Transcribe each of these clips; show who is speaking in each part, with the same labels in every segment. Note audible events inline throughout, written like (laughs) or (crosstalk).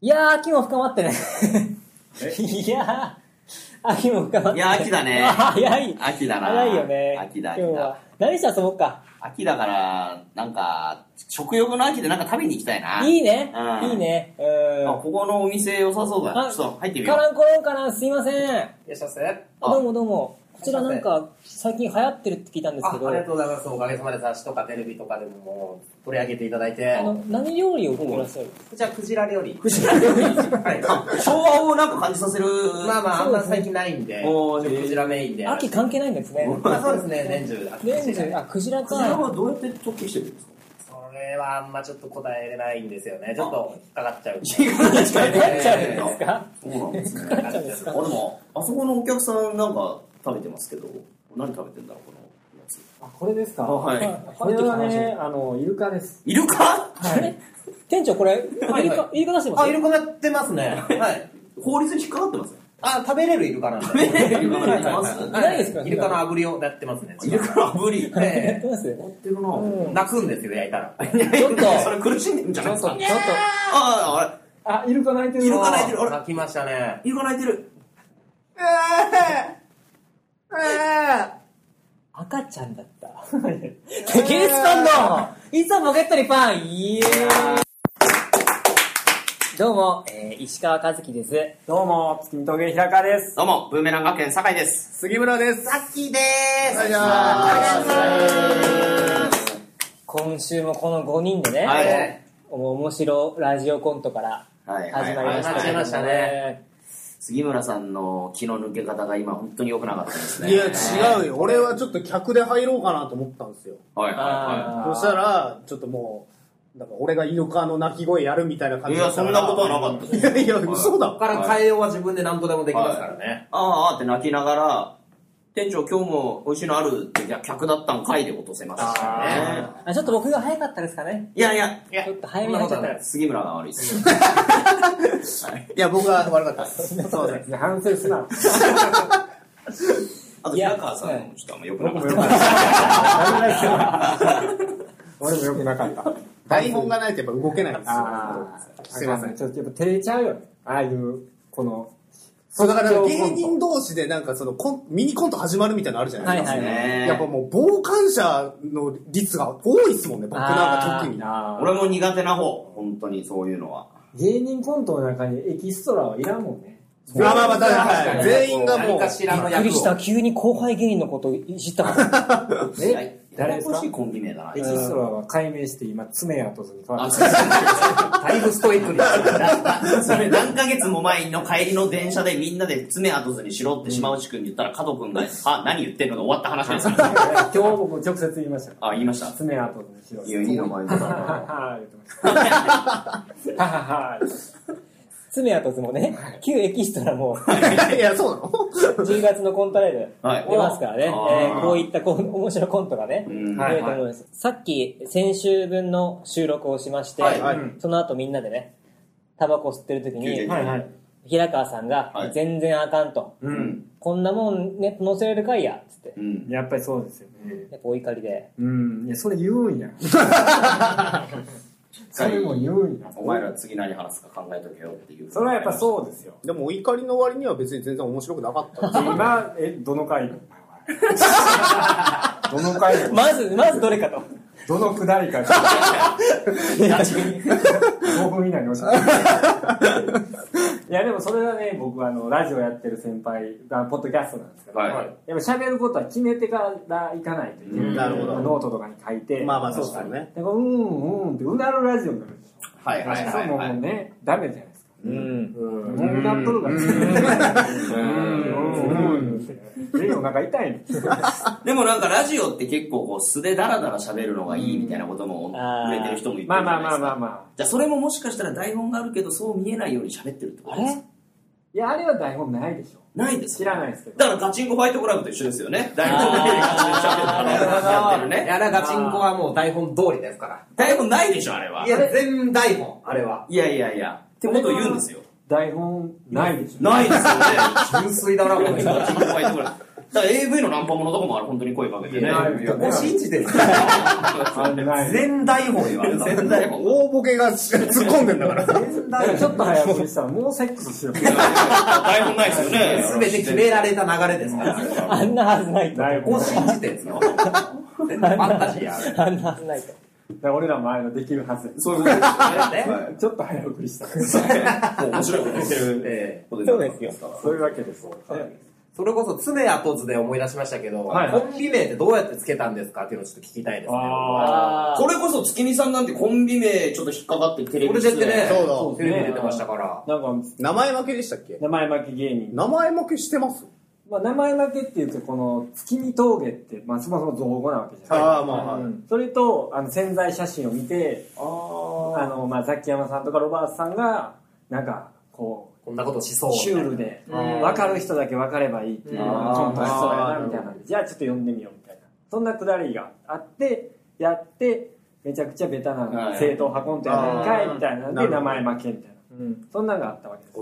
Speaker 1: いやー、秋も深まってね。
Speaker 2: え
Speaker 1: いやー、秋も深まって。
Speaker 2: (laughs) いや秋だね
Speaker 1: あ (laughs) 早い。
Speaker 2: 秋だな
Speaker 1: 早いよね。
Speaker 2: 秋だ秋だ
Speaker 1: 今日は。何して遊ぼうか。
Speaker 2: 秋だから、なんか、食欲の秋でなんか食べに行きたいな。
Speaker 1: いいね
Speaker 2: う。ん
Speaker 1: いいね。う
Speaker 2: あ
Speaker 1: ん。
Speaker 2: ここのお店良さそうだ
Speaker 1: あ
Speaker 2: な。ちょっと入ってみよ
Speaker 1: カ
Speaker 2: う。
Speaker 1: ランコロンかなすいません。
Speaker 3: いらっしゃいませ。あ、
Speaker 1: どう
Speaker 2: あ
Speaker 1: もどうも。こちらなんか、最近流行ってるって聞いたんですけど、
Speaker 3: ありが
Speaker 1: あ
Speaker 3: とうございます。おかげさまで雑誌とかテレビとかでももう取り上げていただいて。
Speaker 1: の、何料理を作らせる
Speaker 3: こちらクジラ料理。
Speaker 2: クジラ料理
Speaker 3: はい。
Speaker 2: 昭和をなんか感じさせる。 (laughs)
Speaker 3: まあまあ、あんま
Speaker 1: そうですね
Speaker 3: 最近ないんで、
Speaker 2: おー
Speaker 3: ちょっとクジラメインで。
Speaker 1: 秋関係ないんですね。
Speaker 3: まあそうですね、年中。
Speaker 1: 年中、あ、クジラ
Speaker 2: クジラ
Speaker 1: か。
Speaker 2: はどうやって特急してるんですか
Speaker 3: それはあんまちょっと答えれないんですよね。ちょっと引っかかっちゃう。
Speaker 2: 確
Speaker 1: かかっちゃうん
Speaker 3: え
Speaker 1: です
Speaker 3: ー
Speaker 1: か
Speaker 2: そうなんですね。
Speaker 1: かかっ (laughs)
Speaker 2: あ、
Speaker 1: ちゃうんです
Speaker 2: で
Speaker 1: か
Speaker 2: も、あそこのお客さんなんか食べてますけど、何食べてんだろう、このやつ。
Speaker 4: あこれですか
Speaker 2: あはい。
Speaker 4: これはねあのイルカです
Speaker 2: イルカ
Speaker 1: あれ店長これ、
Speaker 3: はい
Speaker 1: イルカ、イルカ出してます
Speaker 3: あ、イルカなってますね。はい。
Speaker 2: 法律に引っかかっ
Speaker 1: (laughs)
Speaker 2: てますよ。
Speaker 3: あ、食べれるイルカなんで。
Speaker 2: 食べれるイルカなんて
Speaker 3: はい
Speaker 2: います
Speaker 3: はい
Speaker 1: ないですか
Speaker 3: イルカの炙りをやってますね。
Speaker 2: イルカは無理。や
Speaker 1: やっ
Speaker 3: え
Speaker 1: てます
Speaker 2: ってるな
Speaker 1: うん
Speaker 3: ー泣くんですよ、焼いたら。
Speaker 2: ぁ。
Speaker 1: ちょっと
Speaker 2: それ苦しんでるんじゃないですか。
Speaker 1: ちょっと、
Speaker 2: ああ、あれ。
Speaker 4: あイルカ泣いてる
Speaker 2: イルカ泣いてるあれ
Speaker 3: 泣きましたね。
Speaker 2: イルカ泣いてる。
Speaker 1: 赤ちゃんだった。テキスタンドいつもポケットにパンイエーイどうも、えー、石川和樹です。
Speaker 4: どうも月見峠平川です
Speaker 2: どうも、ブーメラン学園、酒井です。
Speaker 4: 杉村です
Speaker 2: さっきでーす。お願いします。
Speaker 1: 今週もこの5人でね、
Speaker 2: はい
Speaker 1: お面白ラジオコントから
Speaker 2: はい
Speaker 1: 始まりましたけどもね、
Speaker 3: 始まりましたね
Speaker 2: 杉村さんの気の抜け方が今本当に良くなかったですね。
Speaker 5: いや違うよ俺はちょっと客で入ろうかなと思ったんですよ
Speaker 2: はいは
Speaker 1: あー
Speaker 5: そしたらちょっともうなんか俺がイルカの鳴き声やるみたいない
Speaker 2: は
Speaker 5: 感
Speaker 2: い。い
Speaker 5: じだ
Speaker 2: や、
Speaker 5: った
Speaker 2: そ
Speaker 5: か
Speaker 2: ん
Speaker 5: ら
Speaker 2: なことはなかった
Speaker 5: いやいや
Speaker 2: はい
Speaker 5: 嘘だ
Speaker 3: ここから変えようは自分で何とでもできますからね。
Speaker 2: あーあーって泣きながら、店長今日も美味しいのあるって、いや客だったんかいで落とせましたね。
Speaker 1: あちょっと僕が早かったですかね。
Speaker 2: いやいや、
Speaker 3: いや
Speaker 1: ちょっと早めに
Speaker 3: そ
Speaker 1: 入
Speaker 3: んなことは
Speaker 1: っちゃった
Speaker 3: ない。
Speaker 2: 杉村が悪いです。はい
Speaker 5: いや僕は悪かったですそうです
Speaker 4: 反省すな
Speaker 2: あと、
Speaker 1: いや
Speaker 2: 平川さんもちょっとあんま良くな
Speaker 4: 僕
Speaker 2: か
Speaker 4: も
Speaker 2: っ
Speaker 4: よく
Speaker 2: た
Speaker 4: な。かった俺もよくなかった
Speaker 5: 台本がないとやっぱ動けないんですよ
Speaker 4: ああ
Speaker 5: すいません
Speaker 4: ちょっとやっぱ照れちゃうよねああいうこの
Speaker 5: そうだからなんか
Speaker 4: 即興コ
Speaker 5: 芸
Speaker 4: ント
Speaker 5: 人同士でなんかそのコンミニコント始まるみたいなのあるじゃないですか
Speaker 1: はいはい
Speaker 2: ね
Speaker 5: やっぱもう傍観者の率が多いですもんね僕なんか特に
Speaker 4: あ
Speaker 2: 俺も苦手な方、本当にそういうのは。
Speaker 4: 芸人コントの中にエキストラはいらんもんね
Speaker 5: まあまあまあはいはい全員がも
Speaker 3: 何
Speaker 5: う
Speaker 3: かしらの
Speaker 1: びっく
Speaker 3: 役
Speaker 1: りした。
Speaker 3: を。
Speaker 1: 急に後輩芸人のこといじったから。
Speaker 2: はい
Speaker 4: 誰ですか
Speaker 2: ややこしいコンビ名だな。
Speaker 4: エキストラは解明して今爪やとずに変わ
Speaker 2: あ
Speaker 4: っ
Speaker 2: そう
Speaker 3: だいぶストイックに。は
Speaker 2: (laughs) それ何ヶ月も前の帰りの電車でみんなで爪跡ずにしろって島内くんに言ったら加藤くんが「あ何言ってんの?」が終わった話なんですよ
Speaker 4: た今日僕直接言いました
Speaker 2: あ言いました
Speaker 4: 爪痕にしろ
Speaker 2: いやいい名前だ
Speaker 4: はは
Speaker 2: な
Speaker 4: は言ってましたははは
Speaker 1: 爪痕もね、旧エキストラも
Speaker 5: いやそうなの
Speaker 1: 10月のコントライブ
Speaker 2: はい
Speaker 1: 出ますからね、
Speaker 2: あ
Speaker 1: え
Speaker 2: ー
Speaker 1: ーこういったこう面白いコントがね、
Speaker 2: うん
Speaker 1: 出ると思います。さっき先週分の収録をしまして、
Speaker 2: はい
Speaker 5: はい
Speaker 1: その後みんなでね、タバコ吸ってる時
Speaker 2: 休
Speaker 1: に
Speaker 2: 憩、
Speaker 4: はいはい
Speaker 1: 平川さんが
Speaker 2: はい
Speaker 1: 全然あかんと、
Speaker 4: うん
Speaker 1: こんなもんネット載せれるかいや、つって
Speaker 2: う。ん
Speaker 4: やっぱりそうですよね
Speaker 1: やっぱお怒りで。
Speaker 4: うんいやそれ言うんやそれも言うんや
Speaker 2: お前ら次何話すか考えとけよっていう
Speaker 4: それはやっぱそうですよ
Speaker 5: でもお怒りの割には別に全然面白くなかった
Speaker 4: で今えどの回のお前はどの回の
Speaker 1: まず、まずどれかと。
Speaker 4: どのくだりかちょっと5分以内に教えていやでもそれはね僕あのラジオやってる先輩がポッドキャストなんですけど、
Speaker 2: はい
Speaker 4: やっぱ喋ることは決めてから行かないといけない、
Speaker 2: うん
Speaker 5: なるほど
Speaker 4: ノートとかに書いて
Speaker 5: まあまあそうですよね
Speaker 4: でこううんうんってうなるラジオになるでしょ
Speaker 2: はいはいはい
Speaker 4: そう
Speaker 2: は
Speaker 4: もう
Speaker 2: い
Speaker 4: ねダメじゃないですか
Speaker 1: うん。
Speaker 4: うん音楽プロがうんうんうんぜひお腹痛いの
Speaker 2: でもなんかラジオって結構こう素でダラダラ喋るのがいいみたいなことも言えてる人もいっ
Speaker 4: ま
Speaker 2: ぱい
Speaker 4: あ
Speaker 2: いるじ
Speaker 4: ま
Speaker 2: ゃないです
Speaker 4: あまあまあ
Speaker 2: か
Speaker 4: まあ
Speaker 2: じゃあそれももしかしたら台本があるけどそう見えないように喋ってるってこ
Speaker 1: あ
Speaker 2: とです
Speaker 1: れ
Speaker 2: か
Speaker 4: いやあれは台本ないでしょ
Speaker 2: ないです
Speaker 4: 知らないですけど
Speaker 2: だからガチンコファイトクラブと一緒ですよね台本ないでガチンコ喋ってるからやってる
Speaker 3: い
Speaker 2: ね
Speaker 3: や、だからガチンコはもう台本通りですか
Speaker 2: 台本ないでしょあれは
Speaker 3: ら。いや、全台本、あれは。
Speaker 2: いやいやいや。ってことを言うんですよ。
Speaker 4: 台本ないでしょ (laughs)
Speaker 2: ないですよね。
Speaker 3: 純粋だな、こいつ
Speaker 2: ガチンコファイトクラブだから AV のナンパものとかもあれ本当に声かけてね。
Speaker 4: いや
Speaker 6: もう信じてる。
Speaker 4: ない
Speaker 6: 全大法言われた。
Speaker 2: 全然もう
Speaker 5: 大ボケが突っ込んでんだから。
Speaker 4: 全然ちょっと早送りしたらもうセックスしよう
Speaker 2: 台本ないですよね。
Speaker 6: すべて決められた流れですから。
Speaker 1: あんなはずないと。
Speaker 4: ない
Speaker 6: も
Speaker 4: も
Speaker 6: う
Speaker 4: う
Speaker 6: 信じてるんですよ。全然ファンタジーあ
Speaker 1: あ
Speaker 6: る。
Speaker 1: んなはずないと。
Speaker 4: 俺らもああいうのできるはず
Speaker 6: そういうことですね。
Speaker 4: ちょっと早送りした
Speaker 2: もう面白いことしてる。
Speaker 6: ええ
Speaker 2: こと
Speaker 1: そうですよ。
Speaker 4: そういうわけです
Speaker 3: それこそ常後図で思い出しましたけど、
Speaker 4: はい
Speaker 3: コンビ名ってどうやってつけたんですかっていうのをちょっと聞きたいですね。
Speaker 4: あ
Speaker 2: これこそ月見さんなんてコンビ名ちょっと引っかかってテレ
Speaker 3: こ
Speaker 2: ビ
Speaker 3: れ
Speaker 2: 出
Speaker 3: 出
Speaker 2: 演
Speaker 3: てね、
Speaker 5: そう
Speaker 3: テレビ出てましたから。
Speaker 4: なんか
Speaker 5: 名前負けでしたっけ
Speaker 4: 名前負け芸人
Speaker 5: 名前負けしてます
Speaker 4: まあ、名前負けっていうとこの月見峠って、まあ、そもそも造語なわけじゃない
Speaker 5: ああ、まあまあ、
Speaker 4: うんそれとあの潜在写真を見てあの、まあ、ザキヤマさんとかロバートさんがなんかこ
Speaker 3: こんなことしそう
Speaker 4: う。シュールで分かる人だけ分かればいいっていうコントしそうやなみたいなんでじゃあちょっと呼んでみようみたいなそんなくだりがあってやってめちゃくちゃベタな
Speaker 2: はい
Speaker 4: 正統派コントやない
Speaker 5: あ
Speaker 4: か
Speaker 5: ー
Speaker 4: いみたいなん
Speaker 5: な
Speaker 4: で
Speaker 5: るほ
Speaker 4: 名
Speaker 5: ど
Speaker 4: 前負けみたいな、そんなんがあったわけです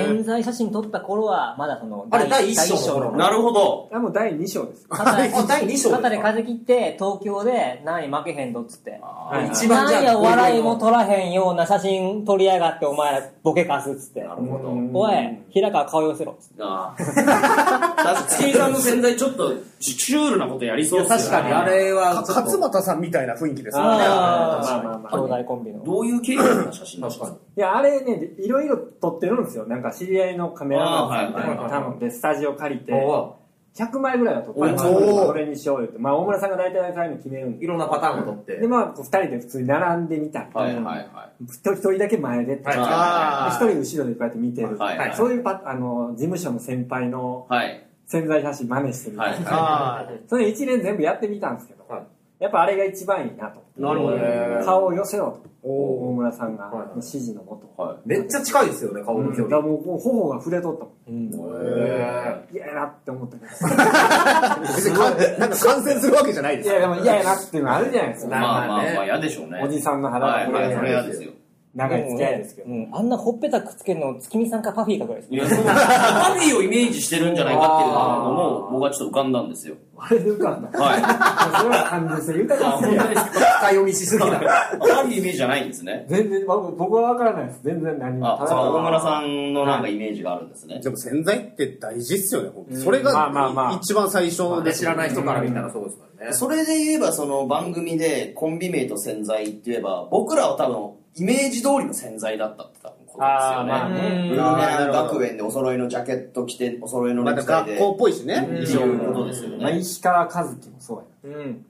Speaker 5: へえ。
Speaker 1: 潜在写真撮った頃は、まだその、
Speaker 3: あれ第一章
Speaker 1: の
Speaker 2: なるほど。
Speaker 4: あもう第2章です
Speaker 1: 肩
Speaker 3: あ第二章ですか
Speaker 1: 肩で風切って、東京で何位負けへんどっつって。
Speaker 4: はい
Speaker 3: 一番
Speaker 1: な
Speaker 3: じゃあ
Speaker 1: んや笑いも取らへんような写真撮りやがって、お前らボケかすっつって。
Speaker 4: なるほど
Speaker 1: おい、平川顔寄せろっつって。
Speaker 2: ああ。月見さんの潜在ちょっとシュールなことやりそうっすよね。
Speaker 3: 確かにあれはちょっ
Speaker 5: 勝
Speaker 3: と、
Speaker 5: 俣さんみたいな雰囲気ですよね。
Speaker 1: あ
Speaker 4: まあまあま
Speaker 1: あ
Speaker 4: あ
Speaker 1: 兄弟コンビの。
Speaker 2: どういう経緯の写真です
Speaker 3: 確
Speaker 2: か
Speaker 3: かに。
Speaker 4: いや、あれね、いろいろ撮ってるんですよ。なんか知り合いのカメラマンさんみたい
Speaker 3: あーはい
Speaker 4: なのが
Speaker 3: はいはい
Speaker 4: 頼んで、スタジオ借りて、
Speaker 3: お
Speaker 4: 100枚ぐらいは撮ってるんです
Speaker 5: おー
Speaker 4: これにしようよって。まあ、大村さんが大体そういうの決めるん
Speaker 3: うい
Speaker 4: で。
Speaker 3: ろんなパターンを取って
Speaker 4: で、。まあ、こう二人で普通に並んでみたり。
Speaker 2: はいはいは
Speaker 4: 一人一人だけ前で撮って、
Speaker 3: はい
Speaker 4: で
Speaker 5: あ
Speaker 4: 一
Speaker 5: あ。
Speaker 4: 人後ろでこうやって見てる。
Speaker 2: はいはい
Speaker 4: そういうパあの、事務所の先輩の
Speaker 2: い。はい。
Speaker 4: 潜在写真真似してみた
Speaker 2: はいい。
Speaker 5: あ
Speaker 4: それ一連全部やってみたんですけど、
Speaker 3: はい
Speaker 4: やっぱあれが一番いいなと。
Speaker 5: あ。なるほどね。
Speaker 4: 顔を寄せろと。
Speaker 5: お
Speaker 4: 大
Speaker 5: お。
Speaker 4: 村さんが
Speaker 3: はいはい
Speaker 4: の指示のもと。
Speaker 2: は
Speaker 3: めっちゃ近いですよね、顔
Speaker 4: うん
Speaker 3: の距
Speaker 4: だから
Speaker 3: 離。
Speaker 4: もうこう頬が触れとったもん。
Speaker 5: へ
Speaker 4: 嫌やなって思ったけど。
Speaker 5: 別にかなんか感染するわけじゃないで
Speaker 4: い
Speaker 5: す
Speaker 4: や、
Speaker 5: よ。
Speaker 4: でも嫌やなっていうのあるじゃないです
Speaker 2: い。
Speaker 4: か。
Speaker 2: まあまあまあ、嫌でしょうね。
Speaker 4: おじさんの
Speaker 2: は
Speaker 4: 腹
Speaker 2: い
Speaker 4: が
Speaker 2: はい、
Speaker 4: れ
Speaker 2: それ嫌ですよ。
Speaker 4: 長い付き合いですけど。
Speaker 1: うんあんなほっぺたくっつけるの、月見さんかパフィーかぐらいです
Speaker 2: い。や、そうパフィーをイメージしてるんじゃないかっていうのを僕はちょっと浮かんだんですよ。
Speaker 4: あれで浮かんだ。それ (laughs)
Speaker 2: はい。あ、
Speaker 4: は感受性豊かすぎる
Speaker 2: 本当。ですか。
Speaker 3: 深読みしすぎだ。
Speaker 2: パフィーイメージじゃないんですね。
Speaker 4: 全然、僕僕は分からないです。全然何も。
Speaker 2: あ、
Speaker 4: た
Speaker 2: そ
Speaker 4: だ
Speaker 2: う、大村さんのなんかイメージがあるんですね。
Speaker 5: でも潜在って大事っすよね、ほんとそれ
Speaker 4: まあまあまあ
Speaker 5: が一番最初
Speaker 3: で
Speaker 5: で
Speaker 3: 知
Speaker 5: す
Speaker 3: ら
Speaker 5: よ
Speaker 3: な
Speaker 5: ね。
Speaker 3: い人から見たらそうですからね。
Speaker 2: それで言えば、その番組でコンビ名と潜在って言えば、僕らは多分、イメージ通りの潜在だったって多分ことですよね。
Speaker 4: あーまあね
Speaker 2: ブルーメラン学園でお揃いのジャケット着て、お揃いの
Speaker 5: ま
Speaker 2: ネ
Speaker 5: た
Speaker 2: クタイ
Speaker 5: 学
Speaker 2: で。
Speaker 5: 校っぽいしね。
Speaker 2: って
Speaker 5: 一応
Speaker 2: いうことですよ
Speaker 4: まあ、
Speaker 2: ね。
Speaker 4: 石川和樹もそうや。
Speaker 1: うん。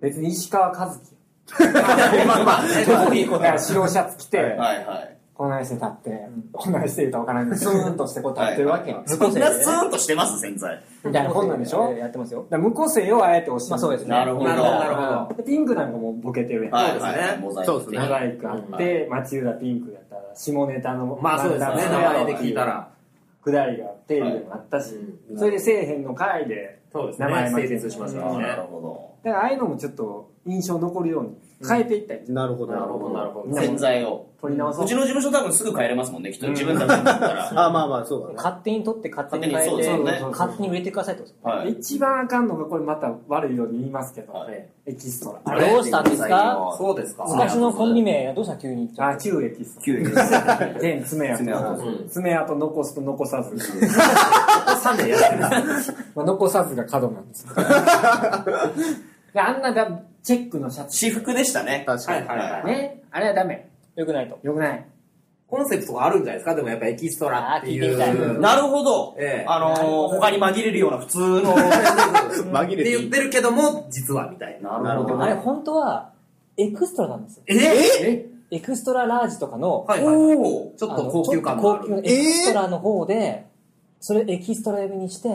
Speaker 4: 別に石川和樹。
Speaker 3: まあまあ、
Speaker 4: どこにこう白シャツ着て、
Speaker 2: はいはい。
Speaker 4: こないして立って、こないしてるか分からんけど、スーンとしてこう立ってるわけよ。
Speaker 1: 無個
Speaker 2: み
Speaker 1: 性で
Speaker 2: んな
Speaker 1: ね。
Speaker 2: スーンとしてます、潜在。
Speaker 1: みたいなこと
Speaker 4: こんなんでしょ
Speaker 1: やってますよ。
Speaker 4: だから無個性をあえて押してる
Speaker 1: まあそうですね
Speaker 2: なるほど。
Speaker 3: なるほどなるほ
Speaker 4: うんでピンクなんかもうボケてるやん。
Speaker 2: はいはい。モザイク的
Speaker 5: そうで
Speaker 2: な
Speaker 4: モ
Speaker 5: す
Speaker 4: ザイクあって、町浦ピンクやったら、下ネタの、
Speaker 3: まあそうですよね、
Speaker 4: なんだ
Speaker 3: 名前で聞いたら。
Speaker 4: くだりがあって、でもあったし、それでせえへんの回で、
Speaker 3: そうです
Speaker 4: ね
Speaker 3: 成立しましたから
Speaker 2: なる
Speaker 3: ね。
Speaker 2: ほ
Speaker 4: だからああいうのもちょっと印象残るように変えていったり、
Speaker 5: なるほど。
Speaker 3: なるほど、なるほ
Speaker 2: ど。
Speaker 4: ん
Speaker 3: ど。
Speaker 2: 潜在を。
Speaker 4: 取り直そう
Speaker 2: うちの事務所多分すぐ帰れますもんね、きっと。自分たちだったら。
Speaker 5: ああ、まあまあ、そうだね。
Speaker 1: 勝手に撮って勝手に変え
Speaker 2: 勝手に
Speaker 1: て
Speaker 2: そうです
Speaker 4: よね、
Speaker 1: 勝手に売れてくださいと。
Speaker 2: はい。
Speaker 4: 一番あかんのが、これまた悪いように言いますけど、
Speaker 2: はい
Speaker 4: エキスト
Speaker 1: あ
Speaker 4: ラ。
Speaker 1: れどうしたんですか
Speaker 3: そうですか。
Speaker 1: 昔のコンビ名、どうした急に。
Speaker 4: あ、旧エキスト
Speaker 2: 9です。
Speaker 4: ラ。現
Speaker 3: (laughs)
Speaker 4: 爪
Speaker 2: 爪
Speaker 4: 痕。
Speaker 2: 痕。
Speaker 4: 爪痕残すと残さず。
Speaker 3: 3年やってる。 (laughs)
Speaker 4: まあ、残さずが角なんですよであんなだチェックのシャツ。
Speaker 2: 私服でしたね。
Speaker 5: 確かに。
Speaker 3: はいはいはい。
Speaker 4: ね、あれはダメ。
Speaker 1: よくないと。
Speaker 4: よくない。
Speaker 3: コンセプトがあるんじゃないですかでもやっぱエキストラってい
Speaker 1: あー聞いてみた
Speaker 3: う。
Speaker 2: なるほど。
Speaker 3: ええ
Speaker 2: あのー他に紛れるような普通の。
Speaker 5: 紛
Speaker 3: っ
Speaker 5: れ
Speaker 3: て
Speaker 5: て
Speaker 3: 言
Speaker 5: い
Speaker 3: っ
Speaker 5: い。
Speaker 3: てるけども、実はみたいな。
Speaker 2: なるほど
Speaker 1: あれ本当は、エクストラなんですよ。
Speaker 3: ええ
Speaker 1: エクストララージとかの、
Speaker 3: はいはいはい。
Speaker 2: おお。
Speaker 3: ちょっ
Speaker 1: あ
Speaker 3: と
Speaker 1: の
Speaker 3: 高級感
Speaker 1: ちょ
Speaker 3: が
Speaker 1: っ
Speaker 3: あ
Speaker 1: と高級
Speaker 3: る。
Speaker 1: なエキストラの方で、それエキストラ呼びにして、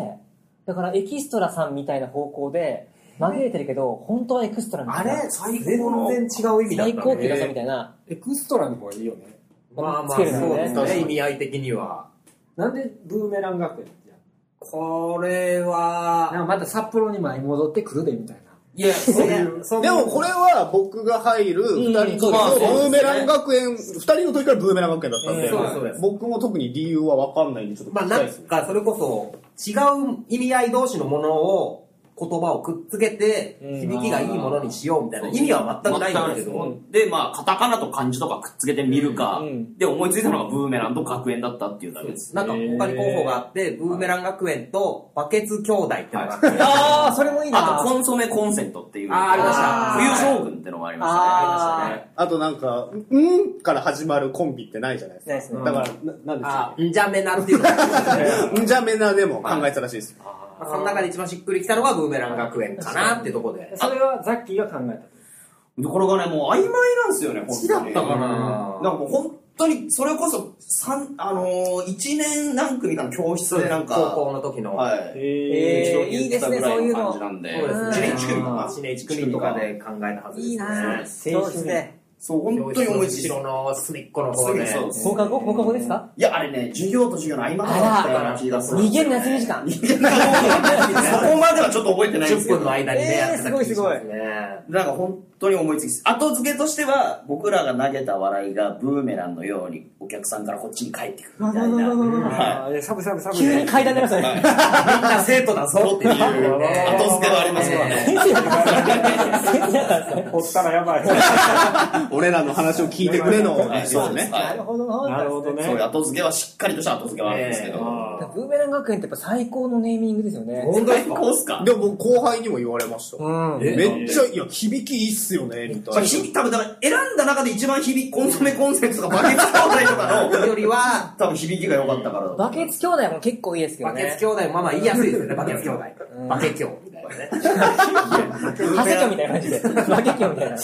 Speaker 1: だからエキストラさんみたいな方向で、紛れてるけど、本当はエクストラみたいな。
Speaker 3: 最高の全然違う意味だった
Speaker 1: 最
Speaker 3: ね
Speaker 1: 高級だぞみたいな。
Speaker 4: エクストラの方がいいよね。
Speaker 3: まあまあ、
Speaker 1: つ
Speaker 3: そう
Speaker 1: け
Speaker 3: で
Speaker 1: るのね
Speaker 3: すね。意味合い的には。
Speaker 4: なんでブーメラン学園ってや
Speaker 3: これ
Speaker 4: なん
Speaker 3: は、
Speaker 4: かまた札幌に舞い戻ってくるでみたい
Speaker 2: いや、
Speaker 3: そういう
Speaker 5: でもこれは僕が入る二人と
Speaker 1: うん
Speaker 5: ブ
Speaker 2: まあそうですね
Speaker 5: ーメラン学園、二人の時からブーメラン学園だった
Speaker 3: そ
Speaker 5: ん
Speaker 3: う
Speaker 5: で、
Speaker 3: ですそうです。
Speaker 5: 僕も特に理由はわかんないんで、ちょっと
Speaker 3: まあ
Speaker 5: 聞き
Speaker 3: な
Speaker 5: たい
Speaker 3: ん
Speaker 5: ですね。
Speaker 3: か、それこそ、
Speaker 6: 違う意味合い同士のものを、言葉をくっつけて、響きがいいものにしようみたいな意味は全くないんだけ
Speaker 2: 全くない
Speaker 6: ど、
Speaker 2: ですで、まあ、カタカナと漢字とかくっつけてみるか、
Speaker 1: うん
Speaker 2: で、思いついたのがブーメランと学園だったっていうだけです。
Speaker 6: なんか他に候補があって、ブーメラン学園とバケツ兄弟ってのがあって、
Speaker 1: ああ、それもいいな。
Speaker 2: あと、コンソメコンセントっていう。
Speaker 6: あーありました
Speaker 2: 冬将軍ってのもありましたね。
Speaker 1: あー
Speaker 2: ありましたね。
Speaker 5: あとなんか、うんから始まるコンビってないじゃないです
Speaker 1: ないですね
Speaker 5: か。だから、ななん
Speaker 6: あーんじゃめなっていうのが、
Speaker 5: ですか。んじゃめなでも考えてたらしいです。
Speaker 6: まあその中で一番しっくりきたのがブーメラン学園かなってとこで。
Speaker 4: それはザッキーが考え
Speaker 2: でこれがね、もう曖昧なんですよね、本当に。
Speaker 6: な
Speaker 2: なんかもう本当に、それこそ、三、あのー、一年何組かの教室でなんか、
Speaker 6: 高校の時の。
Speaker 2: は
Speaker 4: た
Speaker 2: い。
Speaker 1: えー
Speaker 2: 一緒に言ってたぐらの感じなんで。
Speaker 6: そうですね
Speaker 2: 一年一組かな。
Speaker 6: 1年1組とかで考えたはずです。
Speaker 1: いいなぁ。
Speaker 4: 青
Speaker 1: そう
Speaker 4: 春
Speaker 1: ですね。
Speaker 2: そう、本当に思いついた。
Speaker 6: 後ろの隅っこの方で。
Speaker 2: そうです
Speaker 1: 放課後放課後ですか
Speaker 2: いや、あれね、授業と授業の合間とかだったから気がする。
Speaker 1: 逃げる休み時間。
Speaker 2: そこまではちょっと覚えてないんです
Speaker 6: 10 (laughs)
Speaker 2: け
Speaker 6: 分
Speaker 2: ど
Speaker 6: の。間にね、
Speaker 1: えー
Speaker 6: やってた気がしますね。
Speaker 2: なんか本当に思いつきです。後付けとしては、僕らが投げた笑いがブーメランのようにお客さんからこっちに帰ってくるみたいな。は
Speaker 4: あーサブサブサブ
Speaker 1: 急に階段でなさい。
Speaker 6: みんな生徒だぞっていう。
Speaker 2: 後付けはありますよね。
Speaker 1: 先生だから先生だから
Speaker 4: ほったらやばい
Speaker 5: 俺らの話を聞いてくれの、
Speaker 2: はいそうです。
Speaker 1: な
Speaker 2: はい
Speaker 1: るほどな。
Speaker 4: (laughs) なるほどね
Speaker 2: そういう後付けはしっかりとした後付けはあるんですけど。
Speaker 1: ブーメラン学園ってやっぱ最高のネーミングですよね。
Speaker 6: 本当に
Speaker 2: こうっすか
Speaker 5: でも僕後輩にも言われました。
Speaker 1: うん。
Speaker 6: え
Speaker 5: めっちゃ、いや、響きいいっすよね、みたいな。
Speaker 2: 響き多分だから選んだ中で一番響きコンソメコンセントとかバケツ状態とかの
Speaker 6: よりは、
Speaker 2: 多分響きが良かったからだと思
Speaker 1: バ
Speaker 2: う
Speaker 1: ケツ兄弟も結構いいですけど
Speaker 6: バケツ
Speaker 1: ね。
Speaker 6: 兄弟もまあまあ言いやすいですよね、バケツ兄弟。バケ教みたいなね。
Speaker 1: ハセキョみたいな感じで。バケキョみたいな。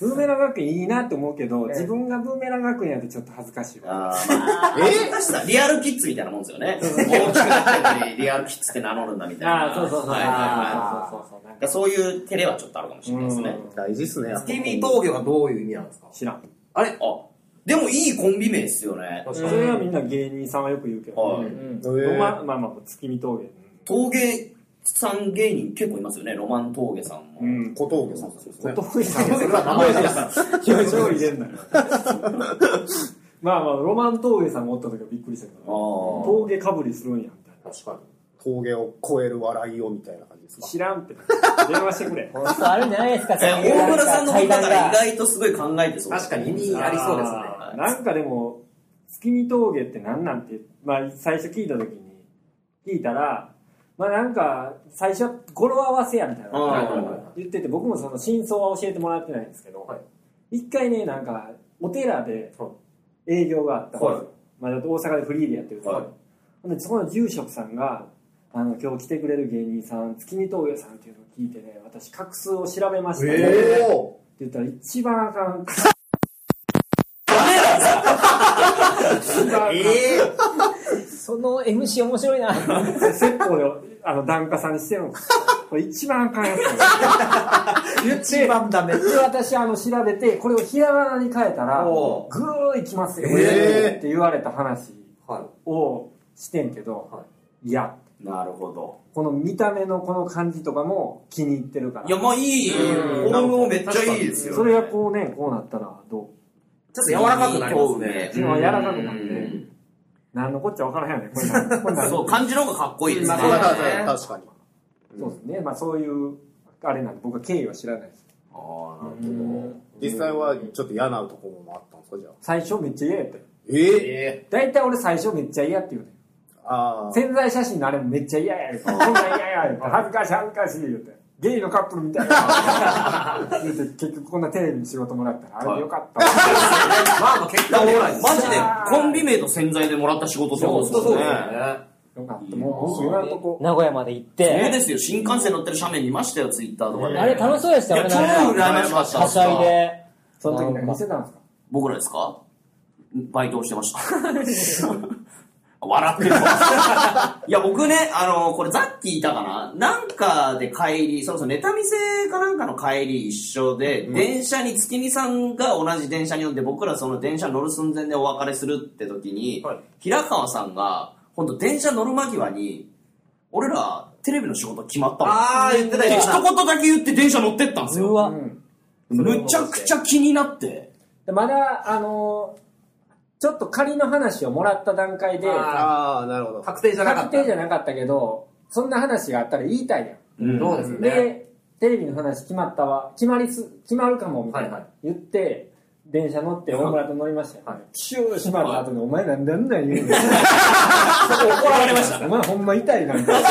Speaker 4: ブーメラン学園いいなって思うけど自分がブーメラン学園やるとちょっと恥ずかしいわ
Speaker 2: あーまあ
Speaker 5: え
Speaker 2: 確かリアルキッズみたいなもんですよね。大きくなってるのにリアルキッズって名乗るんだみたいな。はいはいは
Speaker 4: そうそうそうな
Speaker 2: い
Speaker 4: ん
Speaker 2: だから
Speaker 4: か
Speaker 2: そういう照れはちょっとあるかもしれないですね。
Speaker 5: 大事っすね。
Speaker 6: スティミー峠はどういう意味なんですか
Speaker 4: 知らん
Speaker 2: あれあ、でもいいコンビ名ですよね。
Speaker 4: それはみんな芸人さんはよく言うけど
Speaker 2: はい
Speaker 1: うん。
Speaker 5: う
Speaker 4: ロ
Speaker 5: ん
Speaker 4: マンまあまあ月見峠
Speaker 2: 峠さん芸人結構いますよね。ロマン峠さんも。
Speaker 4: うん
Speaker 5: 小峠さん。
Speaker 4: 小峠さん
Speaker 6: それは名前です。
Speaker 4: 表情入れんなよまあまあロマン峠さんもおった時はびっくりしたけど
Speaker 2: あー
Speaker 4: 峠かぶりするんやみたい
Speaker 6: 確か
Speaker 5: 峠を超える笑いをみたいな感じです
Speaker 4: な
Speaker 5: か。
Speaker 4: (laughs) 知らんって電話し
Speaker 6: (laughs)
Speaker 4: てくれ
Speaker 1: 本当あるんじゃないですか、
Speaker 2: え大村さんのこ
Speaker 1: 階
Speaker 2: とだ
Speaker 1: 段
Speaker 2: から意
Speaker 1: が。
Speaker 2: 外とすごい考えてそう。
Speaker 6: に。確かに意味ありそうですね。
Speaker 4: あーなんかでも月見峠って何なんて、まあ、最初聞いた時に聞いたらまあなんか最初は語呂合わせやみたいな
Speaker 2: はい
Speaker 6: はいはい
Speaker 4: 言ってて僕もその真相は教えてもらってないんですけど、
Speaker 6: はい
Speaker 4: 一回ねなんかお寺で営業があったんですよ、
Speaker 2: はい
Speaker 4: まあ、大阪でフリーでやってるから、
Speaker 2: はい
Speaker 4: ほんでそこの住職さんがあの今日来てくれる芸人さん月見峠さんっていうのを聞いてね私画数を調べましたね、って
Speaker 5: お
Speaker 4: 言ったら一番あかん
Speaker 6: ええ
Speaker 1: その MC 面白いな。
Speaker 4: 説法であの檀家さんにしてるんですこれ一番あかんやつ一番ダメで私あの調べてこれをひらがなに変えたら
Speaker 6: お
Speaker 4: グーいきますよ、
Speaker 5: えー
Speaker 4: って言われた話
Speaker 6: はい。
Speaker 4: をしてんけど、、
Speaker 6: はい
Speaker 4: や
Speaker 2: なるほど。
Speaker 4: この見た目のこの感じとかも気に入ってるから
Speaker 2: いや、まあいい。
Speaker 6: うん
Speaker 2: これもめっちゃいいですよ。
Speaker 4: それがこうねこうなったらど
Speaker 6: ちょっと柔らかくなりますね。
Speaker 4: う柔らかくなって
Speaker 2: ん
Speaker 4: 何のこっちゃ分からへんよねこれ (laughs) 何これ何
Speaker 2: そう、漢字の方がかっこいいですね
Speaker 5: ま。あ
Speaker 6: だ
Speaker 5: 確かに確かに。
Speaker 4: そうですねまあそういうあれなんで僕は経緯は知らないです
Speaker 2: あーなるほど
Speaker 5: 実際はちょっと嫌なところもあったんですか、じゃあ。
Speaker 4: 最初めっちゃ嫌やったよ
Speaker 5: ええ
Speaker 4: 大体俺最初めっちゃ嫌って言うねん
Speaker 5: ああ。
Speaker 4: 潜在写真のあれもめっちゃ嫌や言うてこんなん嫌や言うて恥ずかしい恥ずかしい言うてゲイのカップルみたいな言うて結局こんなテレビの仕事もらったらあれでよかったわ、
Speaker 6: まあまあ結果オーライです。
Speaker 2: マジで、コンビ名と洗剤でもらった仕事ってことですよね。
Speaker 4: よかったもう僕今のとこ
Speaker 1: 名古屋まで行っ
Speaker 2: そう
Speaker 1: て。
Speaker 2: ですよ、新幹線乗ってる斜面見ましたよ、ツイッターとかで。
Speaker 1: あれ楽しそうでした
Speaker 2: い
Speaker 1: よ
Speaker 2: や、
Speaker 1: ね、な
Speaker 2: 超
Speaker 1: んか。
Speaker 2: 羨ましかった。
Speaker 1: はしゃいで。
Speaker 4: その時何見せたんですか
Speaker 2: 僕らですかバイトをしてま (laughs) した。笑ってるわ。いや、僕ね、あの、これザッキーいたかななんかで帰り、そもそもネタ見せかなんかの帰り一緒で、電車に月見さんが同じ電車に乗って、僕らその電車乗る寸前でお別れするって時に、平川さんが、本当電車乗る間際に、俺らテレビの仕事決まったもん。
Speaker 6: ああ、言ってた
Speaker 2: で
Speaker 6: 言ってた。
Speaker 2: 一言だけ言って電車乗ってったんです
Speaker 1: う
Speaker 2: よ。
Speaker 1: わ。
Speaker 4: ん
Speaker 2: むちゃくちゃ気になって。
Speaker 4: でまだあのちょっと仮の話をもらった段階で、
Speaker 5: ああ、なるほど。
Speaker 6: 確定じゃなかっ
Speaker 4: 確
Speaker 6: た。
Speaker 4: 定じゃなかったけど、そんな話があったら言いたいやん。
Speaker 2: うん
Speaker 6: そうですね。
Speaker 4: で、テレビの話決まったわ、決まりす、決まるかも、みたい
Speaker 6: はい
Speaker 4: な
Speaker 6: は。
Speaker 4: 言って、電車乗って大村と乗りましたよ
Speaker 6: はい。
Speaker 4: シュー閉まった後に、お前なんであんなん言うの
Speaker 2: 怒られました。
Speaker 4: お前ほんま痛いな、み (laughs) たいな。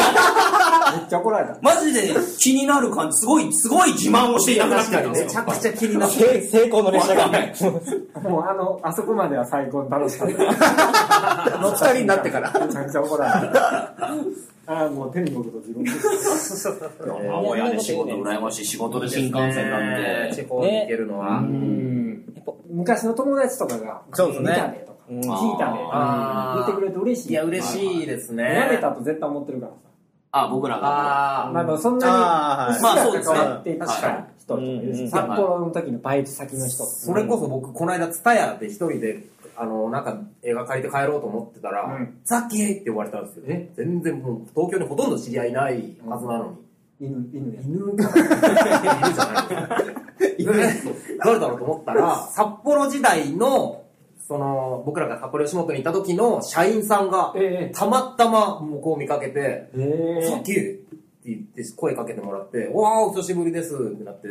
Speaker 4: めっちゃ怒られた。
Speaker 2: マジで気になる感じ、すごい、すごい自慢をしていたくなってたんです
Speaker 6: め
Speaker 2: よ
Speaker 6: ち。ゃくちゃ気になっ
Speaker 1: 成
Speaker 6: て。
Speaker 1: 成功の列車
Speaker 2: わかんな
Speaker 1: が
Speaker 2: い。
Speaker 4: もうあの、あそこまでは最高に楽しかった。
Speaker 5: 二人になってから。
Speaker 4: めちゃくちゃ怒られた。ああ、もう天国と地獄
Speaker 2: 名古屋で仕事、羨ましい仕事で新幹線なん
Speaker 6: ね
Speaker 2: で。
Speaker 6: 地方に行けるのは。
Speaker 4: 昔の友達とかが、
Speaker 5: そうですね
Speaker 4: 見たねとか、
Speaker 5: うん
Speaker 4: 聞いたねとか、
Speaker 6: あ
Speaker 4: 言ってくれて嬉しい。
Speaker 6: いや、嬉しいですね。
Speaker 4: やめたと絶対思ってるからさ。
Speaker 2: あ、僕らが。
Speaker 6: あ
Speaker 4: まあ、そんな
Speaker 5: ああ、
Speaker 4: に、
Speaker 5: はい。
Speaker 2: まあそうですね
Speaker 4: 関わってきた人とかいる
Speaker 5: うん
Speaker 4: し、札幌の時のバイト先の人
Speaker 6: あ、それこそ僕、この間、ツタヤで一人で、あの、なんか映画借りて帰ろうと思ってたら
Speaker 4: うん、
Speaker 6: ザッキーって呼ばれたんですよ。全然もう、東京にほとんど知り合いないはずなのに。
Speaker 4: 犬、犬や。
Speaker 6: 犬か犬じゃない犬誰だろうと思ったら、札幌時代の、その、僕らが札幌吉本にいた時の社員さんが、
Speaker 4: え
Speaker 6: たまたま向こう見かけて、
Speaker 4: え。え
Speaker 6: さっきって言って声かけてもらって、わあ、お久しぶりですってなって、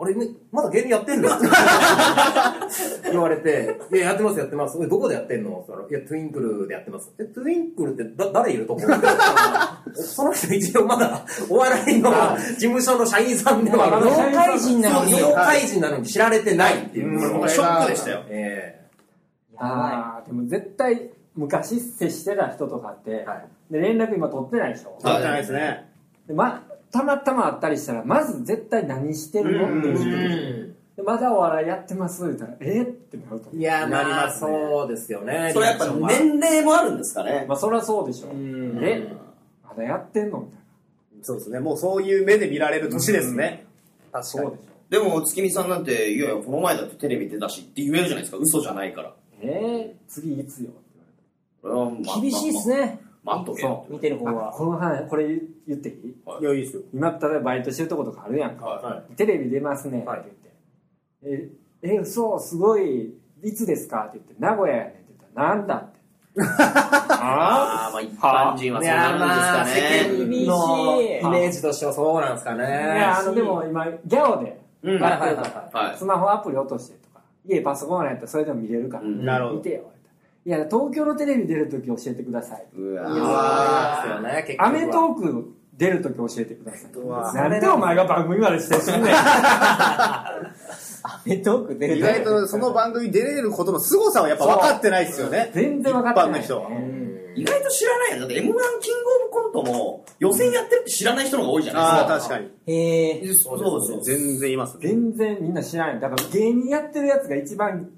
Speaker 6: あれ、ね、まだ芸人やってんの言われて、いや、やってます、やってます。えどこでやってんのって言ったら、いや、トゥインクルでやってます。え、トゥインクルってだ誰いると思うその人一応まだ、お笑いの事務所の社員さんではある
Speaker 4: あの
Speaker 1: 業界人なのに。
Speaker 6: 業界人なのに知られてないっていう。
Speaker 5: うん
Speaker 2: ショックでしたよ。
Speaker 6: え
Speaker 4: ああ、でも絶対、昔接してた人とかって、で連絡今取ってないでしょ。
Speaker 5: そうじゃないですね。
Speaker 4: でま、たまたま会ったりしたら、まず絶対何してるのって
Speaker 6: え
Speaker 4: 聞くでまだお笑いやってますって言ったら、えってなると思
Speaker 6: いや、
Speaker 5: なり
Speaker 6: まあ、
Speaker 5: ますね
Speaker 6: そうですよね。
Speaker 2: それやっぱ年齢もあるんですか
Speaker 4: う。
Speaker 2: ね。
Speaker 4: まあ、そりゃそうでしょ。
Speaker 5: ん
Speaker 4: えまだやってんのみたいな。
Speaker 5: そうですね。もうそういう目で見られる年ですね。
Speaker 6: 確
Speaker 4: そうで
Speaker 2: で
Speaker 4: しょ。
Speaker 2: も、月見さんなんて、いやいや、この前だってテレビ出たしって言えるじゃないですか。嘘じゃないから。
Speaker 4: えー、次いつよって言われて
Speaker 1: 厳
Speaker 2: 厳
Speaker 1: しいっす。ね。
Speaker 2: 待っとけよ。
Speaker 1: 見てる方
Speaker 4: あ
Speaker 1: は。
Speaker 4: この話、これ言言っていい
Speaker 5: いや、いいですよ。
Speaker 4: 今、例えばバイトしてるとことかあるやんか。
Speaker 2: は
Speaker 4: テレビ出ますねって
Speaker 6: はい
Speaker 4: 言って。え、え、そう、すごい、いつですかって言って、名古屋やねんって言ったら、なんだ
Speaker 5: (laughs)
Speaker 4: って。あ
Speaker 2: ああ、まあ一般人は
Speaker 6: い
Speaker 2: そ
Speaker 6: うや
Speaker 2: な
Speaker 6: ま
Speaker 2: ん
Speaker 6: あ
Speaker 2: で
Speaker 6: 世
Speaker 2: すかね。
Speaker 6: 間のイメージとしてはそうなんですかね。
Speaker 4: あいや、あの、でも今、ギャオで、
Speaker 5: うん。
Speaker 6: は
Speaker 5: ない
Speaker 6: はいは
Speaker 2: はい
Speaker 4: スマホアプリ落としてとか、家パソコンやったらそれでも見れるから。
Speaker 2: うん
Speaker 5: るほ
Speaker 4: 見
Speaker 5: ど。
Speaker 4: てよ。いや、東京のテレビ出るとき教えてください。
Speaker 2: うわ
Speaker 6: い。
Speaker 2: ー
Speaker 6: いやそうですよね、結
Speaker 4: アメト
Speaker 6: は
Speaker 4: ーク出るとき教えてくださ
Speaker 5: うわ
Speaker 4: い。なんでお前が番組までしてす
Speaker 5: (laughs)
Speaker 4: んねん。
Speaker 1: アメトーク出
Speaker 5: 意
Speaker 1: る
Speaker 5: 外とその番組に出れることの凄さをやっぱ分かってないですよね。
Speaker 4: 全然分かってな
Speaker 5: 一般
Speaker 4: い。
Speaker 5: の人は
Speaker 2: 意外と知らないよ。だって M1 キングオブコントも予選やってるって知らない人の方が多いじゃ
Speaker 5: ああ、
Speaker 2: ない
Speaker 5: 確かに。
Speaker 1: へえ。
Speaker 2: ですか。そうそうそう。
Speaker 5: 全然いますね。
Speaker 4: 全然みんな知らない。だから芸人やってるやつが一番、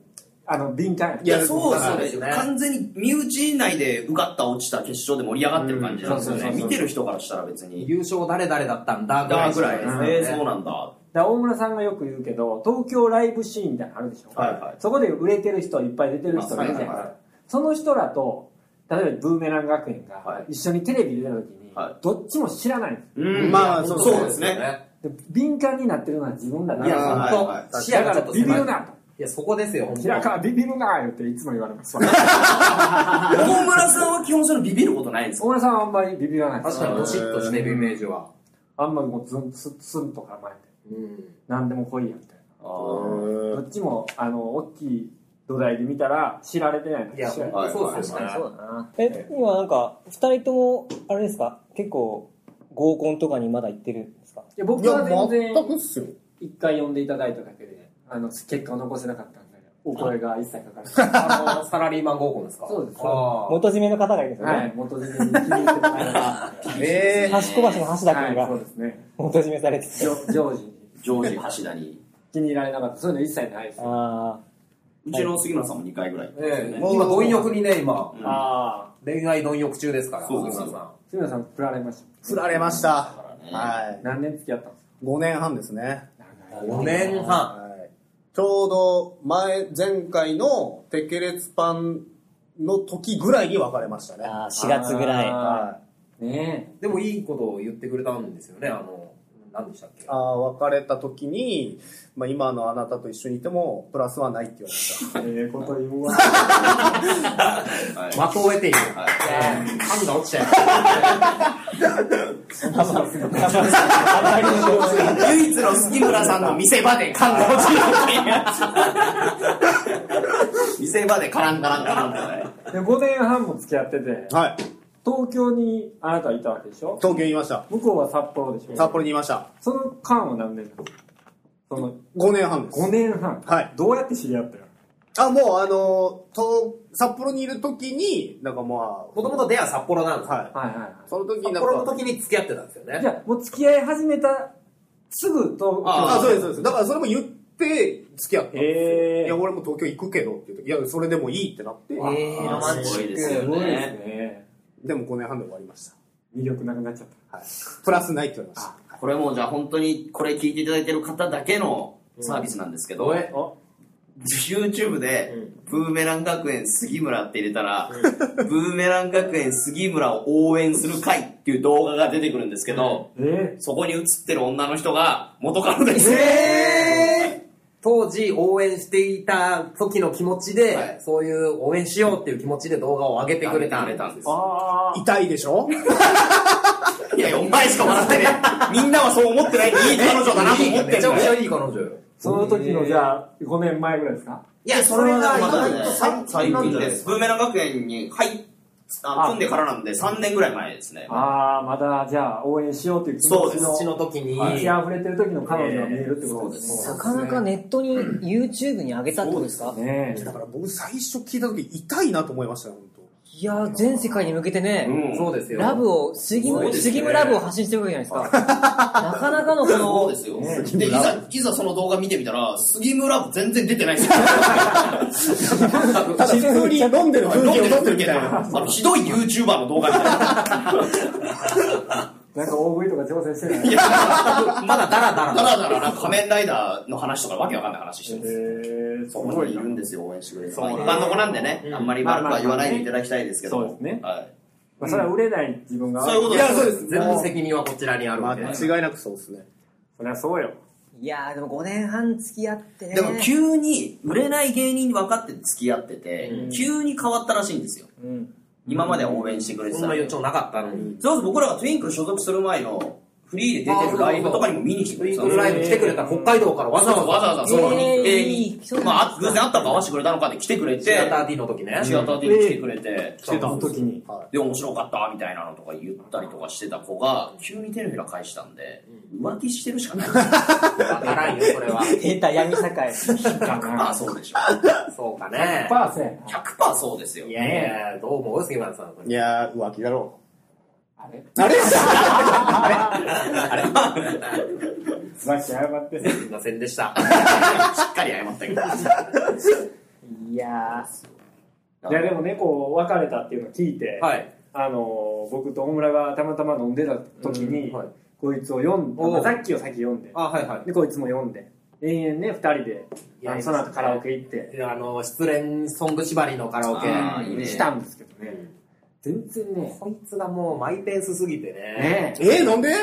Speaker 4: あの、敏感や
Speaker 2: いや、そう
Speaker 5: そう
Speaker 2: で
Speaker 6: ですす
Speaker 2: よ
Speaker 6: よ
Speaker 2: ね。
Speaker 6: ね
Speaker 2: 完全に身内内で受かった落ちた決勝で盛り上がってる感じなんですよね。
Speaker 4: うん
Speaker 2: 見てる人からしたら別に。
Speaker 6: 優勝誰々だったんだぐら
Speaker 2: だ
Speaker 6: い。
Speaker 2: ぐらいですね。
Speaker 6: うん
Speaker 2: そうなんだ。は
Speaker 4: だから大村さんがよく言うけど、東京ライブシーンみたいなのあるでしょ。
Speaker 2: いはい。
Speaker 4: そこで売れてる人、いっぱい出てる人いるじゃないです
Speaker 2: はいはいは
Speaker 4: か。その人らと、例えばブーメラン学園
Speaker 2: は
Speaker 4: が一緒にテレビ出た時に
Speaker 2: は、
Speaker 4: どっちも知らないんです
Speaker 2: うん
Speaker 5: まあ
Speaker 2: そう
Speaker 5: そう
Speaker 2: ですね。
Speaker 4: で敏感になってるのは自分らだ
Speaker 6: い
Speaker 4: か
Speaker 6: や、
Speaker 4: ら
Speaker 5: はい
Speaker 6: 本当視野
Speaker 4: だ
Speaker 6: が
Speaker 4: か
Speaker 6: ちょっ
Speaker 4: ら
Speaker 6: と
Speaker 4: ビビ
Speaker 6: 狭い。
Speaker 4: る
Speaker 6: い
Speaker 4: なと
Speaker 6: や、そこですよ、本当
Speaker 4: 平川ビビるなよっていつも言われます
Speaker 2: 大村さんは基本そのビビることないんですか
Speaker 4: 大村さんはあんまりビビらないです
Speaker 6: 確かにドシッとしてるイメージは。
Speaker 4: あんまりもうズンススンと構えて
Speaker 6: うん。
Speaker 4: 何でも来いやみたい
Speaker 2: あー
Speaker 4: などっちもあの大きい土台で見たら知られてないの
Speaker 6: いや、
Speaker 4: 知ら
Speaker 6: 本
Speaker 4: れて
Speaker 6: 当そうです
Speaker 1: 確
Speaker 6: よ
Speaker 1: か
Speaker 6: ね
Speaker 1: に。そうだな。え、今なんか、二人とも、あれですか結構、合コンとかにまだ行ってるんですか
Speaker 4: いや僕
Speaker 5: いや、
Speaker 4: は全然
Speaker 5: 全くっすよ。
Speaker 4: 一回呼んでいただいただけであの結果を残せなかったんでお声が一切かかってない
Speaker 6: あの、サラリーマン合コンですか
Speaker 4: そうです
Speaker 6: あー
Speaker 1: 元締めの方がいるんですよね。
Speaker 4: はい元締めに気に入ってもらえなかったんで
Speaker 5: ええ。
Speaker 1: 端っこ橋の橋田君
Speaker 4: はいそう
Speaker 1: が
Speaker 4: ですね
Speaker 1: 元締めされて
Speaker 4: ジ
Speaker 1: て。
Speaker 4: ョジョージに
Speaker 2: ジョージ橋田に。
Speaker 4: 気に入られなかったそういうの一切ないです
Speaker 1: あ
Speaker 2: うちの杉村さんも2回ぐらい。
Speaker 6: ええ今、貪欲にね、今、
Speaker 2: うん
Speaker 4: ああ
Speaker 6: 恋愛貪欲中ですから、
Speaker 2: そうですよ
Speaker 6: 杉村さ
Speaker 4: 杉村さん振られました
Speaker 5: (laughs) 振られました。
Speaker 2: ね
Speaker 5: はい。
Speaker 4: 何年付き合ったんですか
Speaker 5: 5年半ですね。
Speaker 6: ん五年半。
Speaker 5: はいちょうど前、前回のテケレツパンの時ぐらいに別れました
Speaker 1: ー
Speaker 5: ね。
Speaker 1: あー、4月ぐらい。
Speaker 4: あ
Speaker 5: は
Speaker 4: ね
Speaker 6: でもいいことを言ってくれたんですよね、あの、何でしたっけ
Speaker 5: あー別れた時に、まあ、今のあなたと一緒にいてもプラスはないって言われまし
Speaker 4: ええこと言うわ。
Speaker 2: はい
Speaker 6: 的を得ている。
Speaker 2: はい
Speaker 6: 感が落ちちゃい
Speaker 2: 唯一の杉村さんの見せ場で感動するっていう見せ場でカランカランカランカラン
Speaker 4: で、5年半も付き合ってて、
Speaker 5: たはい
Speaker 4: 東京にあなたはいたわけでしょ
Speaker 5: 東京にいました
Speaker 4: 向こうは札幌でしょ
Speaker 5: 札幌にいました
Speaker 4: その間は何年なのその
Speaker 5: 5年半です
Speaker 4: 5年半、
Speaker 5: はい
Speaker 4: どうやって知り合ったの
Speaker 5: あもうあのと札幌にいる時になんかま
Speaker 6: もともと出会いは札幌なんで
Speaker 5: あ
Speaker 6: すよ。
Speaker 5: は
Speaker 4: はいはいはい
Speaker 5: いその時に
Speaker 6: 札
Speaker 5: なん
Speaker 6: 幌の
Speaker 5: か
Speaker 6: 時に付き合ってたんですよね
Speaker 4: じ。ゃあもう付き合い始めたすぐ東京
Speaker 5: あそうですそうですだからそれも言って付き合ったんです
Speaker 4: へ
Speaker 5: よ
Speaker 4: ー
Speaker 5: いや俺も東京行くけどって言うといやそれでもいいってなって
Speaker 4: えー、ロマンチック
Speaker 2: すごいですよね
Speaker 4: すごいですね
Speaker 5: でも5年半で終わりました
Speaker 4: 魅力なくなっちゃった
Speaker 5: プラスないって言われました
Speaker 2: これもうじゃあ本当にこれ聞いていただいてる方だけのサービスなんですけど、
Speaker 4: お
Speaker 2: YouTube で、ブーメラン学園杉村って入れたら、ブーメラン学園杉村を応援する会っていう動画が出てくるんですけど、
Speaker 4: え
Speaker 2: そこに映ってる女の人が元カノです。
Speaker 6: 当時応援していた時の気持ちで、
Speaker 2: はい
Speaker 6: そういう応援しようっていう気持ちで動画を上げてくれた
Speaker 2: あげたんです
Speaker 4: ー、。ああ
Speaker 5: 痛いでしょ
Speaker 2: いやいや、お前しか笑ってねえ。みんなはそう思ってない。いい彼女だなと思って
Speaker 6: め
Speaker 2: ん
Speaker 6: ちゃ
Speaker 2: だ
Speaker 6: くちゃ
Speaker 2: よ。
Speaker 6: いい彼女よ。
Speaker 4: その時のじゃあ5年前ぐらいですか
Speaker 2: いや、それが意外と
Speaker 5: 最
Speaker 2: 最
Speaker 5: 最
Speaker 2: 近
Speaker 5: 近
Speaker 2: で。
Speaker 5: ですす
Speaker 2: ブーメラン学園に入っあ
Speaker 4: あ
Speaker 2: 組んでからなんで3年ぐらい前ですね。
Speaker 4: ああまだじゃあ応援しようという気持
Speaker 2: そうで
Speaker 4: ち
Speaker 2: す
Speaker 4: の
Speaker 6: 土の時に、
Speaker 4: 満ち溢れてる時の彼女が見えるってことです
Speaker 1: なかなかネット
Speaker 2: (clears throat)
Speaker 1: に YouTube に上げたってことですか
Speaker 4: ねねえ
Speaker 5: だから僕最初聞いた時痛いなと思いましたよ本
Speaker 1: いやー全世界に向けてね、
Speaker 2: うん
Speaker 6: そうですよ。
Speaker 1: ラブを、杉
Speaker 2: すごい
Speaker 1: 村、
Speaker 2: ですね
Speaker 1: 杉村ラブを発信してるわけじゃないです
Speaker 2: (laughs)
Speaker 1: か。なかなかのこ
Speaker 2: そう
Speaker 1: の
Speaker 2: で、すよ。で、いざ、いざその動画見てみたら、杉村部全然出てないんですよ。
Speaker 5: 当ただ普通に飲んでる風景を撮ってるみたいな
Speaker 2: あの、ひどい YouTuber の動画みたいな。
Speaker 4: なんか大食いとか挑戦してない
Speaker 2: いや、
Speaker 6: まだダラダ
Speaker 2: た
Speaker 6: ラ。
Speaker 2: だただなんか仮面ライダーの話とかわけわかんない話して
Speaker 4: え
Speaker 2: るんですよ。そ
Speaker 4: ー、す
Speaker 2: こ
Speaker 4: ご
Speaker 2: にい
Speaker 4: い
Speaker 2: る
Speaker 4: なん
Speaker 2: ですよ、応援してくれる。
Speaker 6: そ
Speaker 2: ま
Speaker 6: う
Speaker 2: あ
Speaker 6: ね
Speaker 2: 一般の子なんでね、あんまり悪くは言わないでいただきたいですけど。
Speaker 4: まあまあまあね
Speaker 2: はい。
Speaker 4: まあ、それは売れない自分が
Speaker 2: そういうこと
Speaker 5: い
Speaker 2: で
Speaker 5: や
Speaker 2: す。
Speaker 5: そうです
Speaker 6: 全部責任はこちらにあるんで。
Speaker 5: 間違いなくそうですね
Speaker 4: そりゃそうよ
Speaker 1: いやーでも5年半付き合ってね。
Speaker 2: でも急に売れない芸人に分かって付き合ってて、
Speaker 6: うん
Speaker 2: 急に変わったらしいんですよ。
Speaker 1: うん。
Speaker 2: 今までは応援してくれて
Speaker 6: そ
Speaker 2: た
Speaker 6: ん
Speaker 2: の
Speaker 6: な
Speaker 2: に
Speaker 6: 予兆なかったのに。
Speaker 2: そうそう僕らがトゥインクル所属する前のフリーで出てるライブとかにも見に来てくれてたんですよ
Speaker 6: ライブ来てくれた北海道からわざ
Speaker 2: わざ
Speaker 6: わざ。
Speaker 2: わざそこに
Speaker 1: えー
Speaker 2: え
Speaker 1: いいそう
Speaker 2: ーまあ、偶然会ったか合わせてくれたのかで来てくれて、
Speaker 6: シアター D の時ね。
Speaker 2: シアター D に来てくれて、
Speaker 5: 来てたんですよ
Speaker 4: その時に
Speaker 5: はい
Speaker 2: で、面白かったみたいなのとか言ったりとかしてた子が、急に手のひら返したんで、浮気してるしかない。
Speaker 6: わからんよ、それは。
Speaker 1: 出た闇社会。
Speaker 2: まあ、そうでしょ。
Speaker 6: そうかね。
Speaker 4: パーセン
Speaker 2: 100%そうですよ
Speaker 6: い。やいや、どう思う杉村さん。
Speaker 5: いやー浮気だろ
Speaker 4: あれ
Speaker 5: うあれ
Speaker 4: 浮気謝って
Speaker 6: すいませんでした。
Speaker 2: しっかり謝ったけど。
Speaker 1: いや
Speaker 4: いやでもねこう別れたっていうのを聞いて、
Speaker 6: はい。
Speaker 4: あのー僕と大村がたまたま飲んでた時に、
Speaker 6: うんはい
Speaker 4: こいつを読ん
Speaker 6: お
Speaker 4: で
Speaker 6: う
Speaker 4: さっきを先読んで
Speaker 6: あ、はいはい。
Speaker 4: でこいつも読んで延々ね2人で
Speaker 6: いや
Speaker 4: あのその後カラオケ行って
Speaker 6: あの、失恋ソング縛りのカラオケ。
Speaker 2: あーいいね
Speaker 4: したんですけどね
Speaker 6: うん
Speaker 4: 全然ね
Speaker 6: こいつがもうマイペースすぎてね。
Speaker 4: ねえ
Speaker 5: えー、なんで
Speaker 6: こ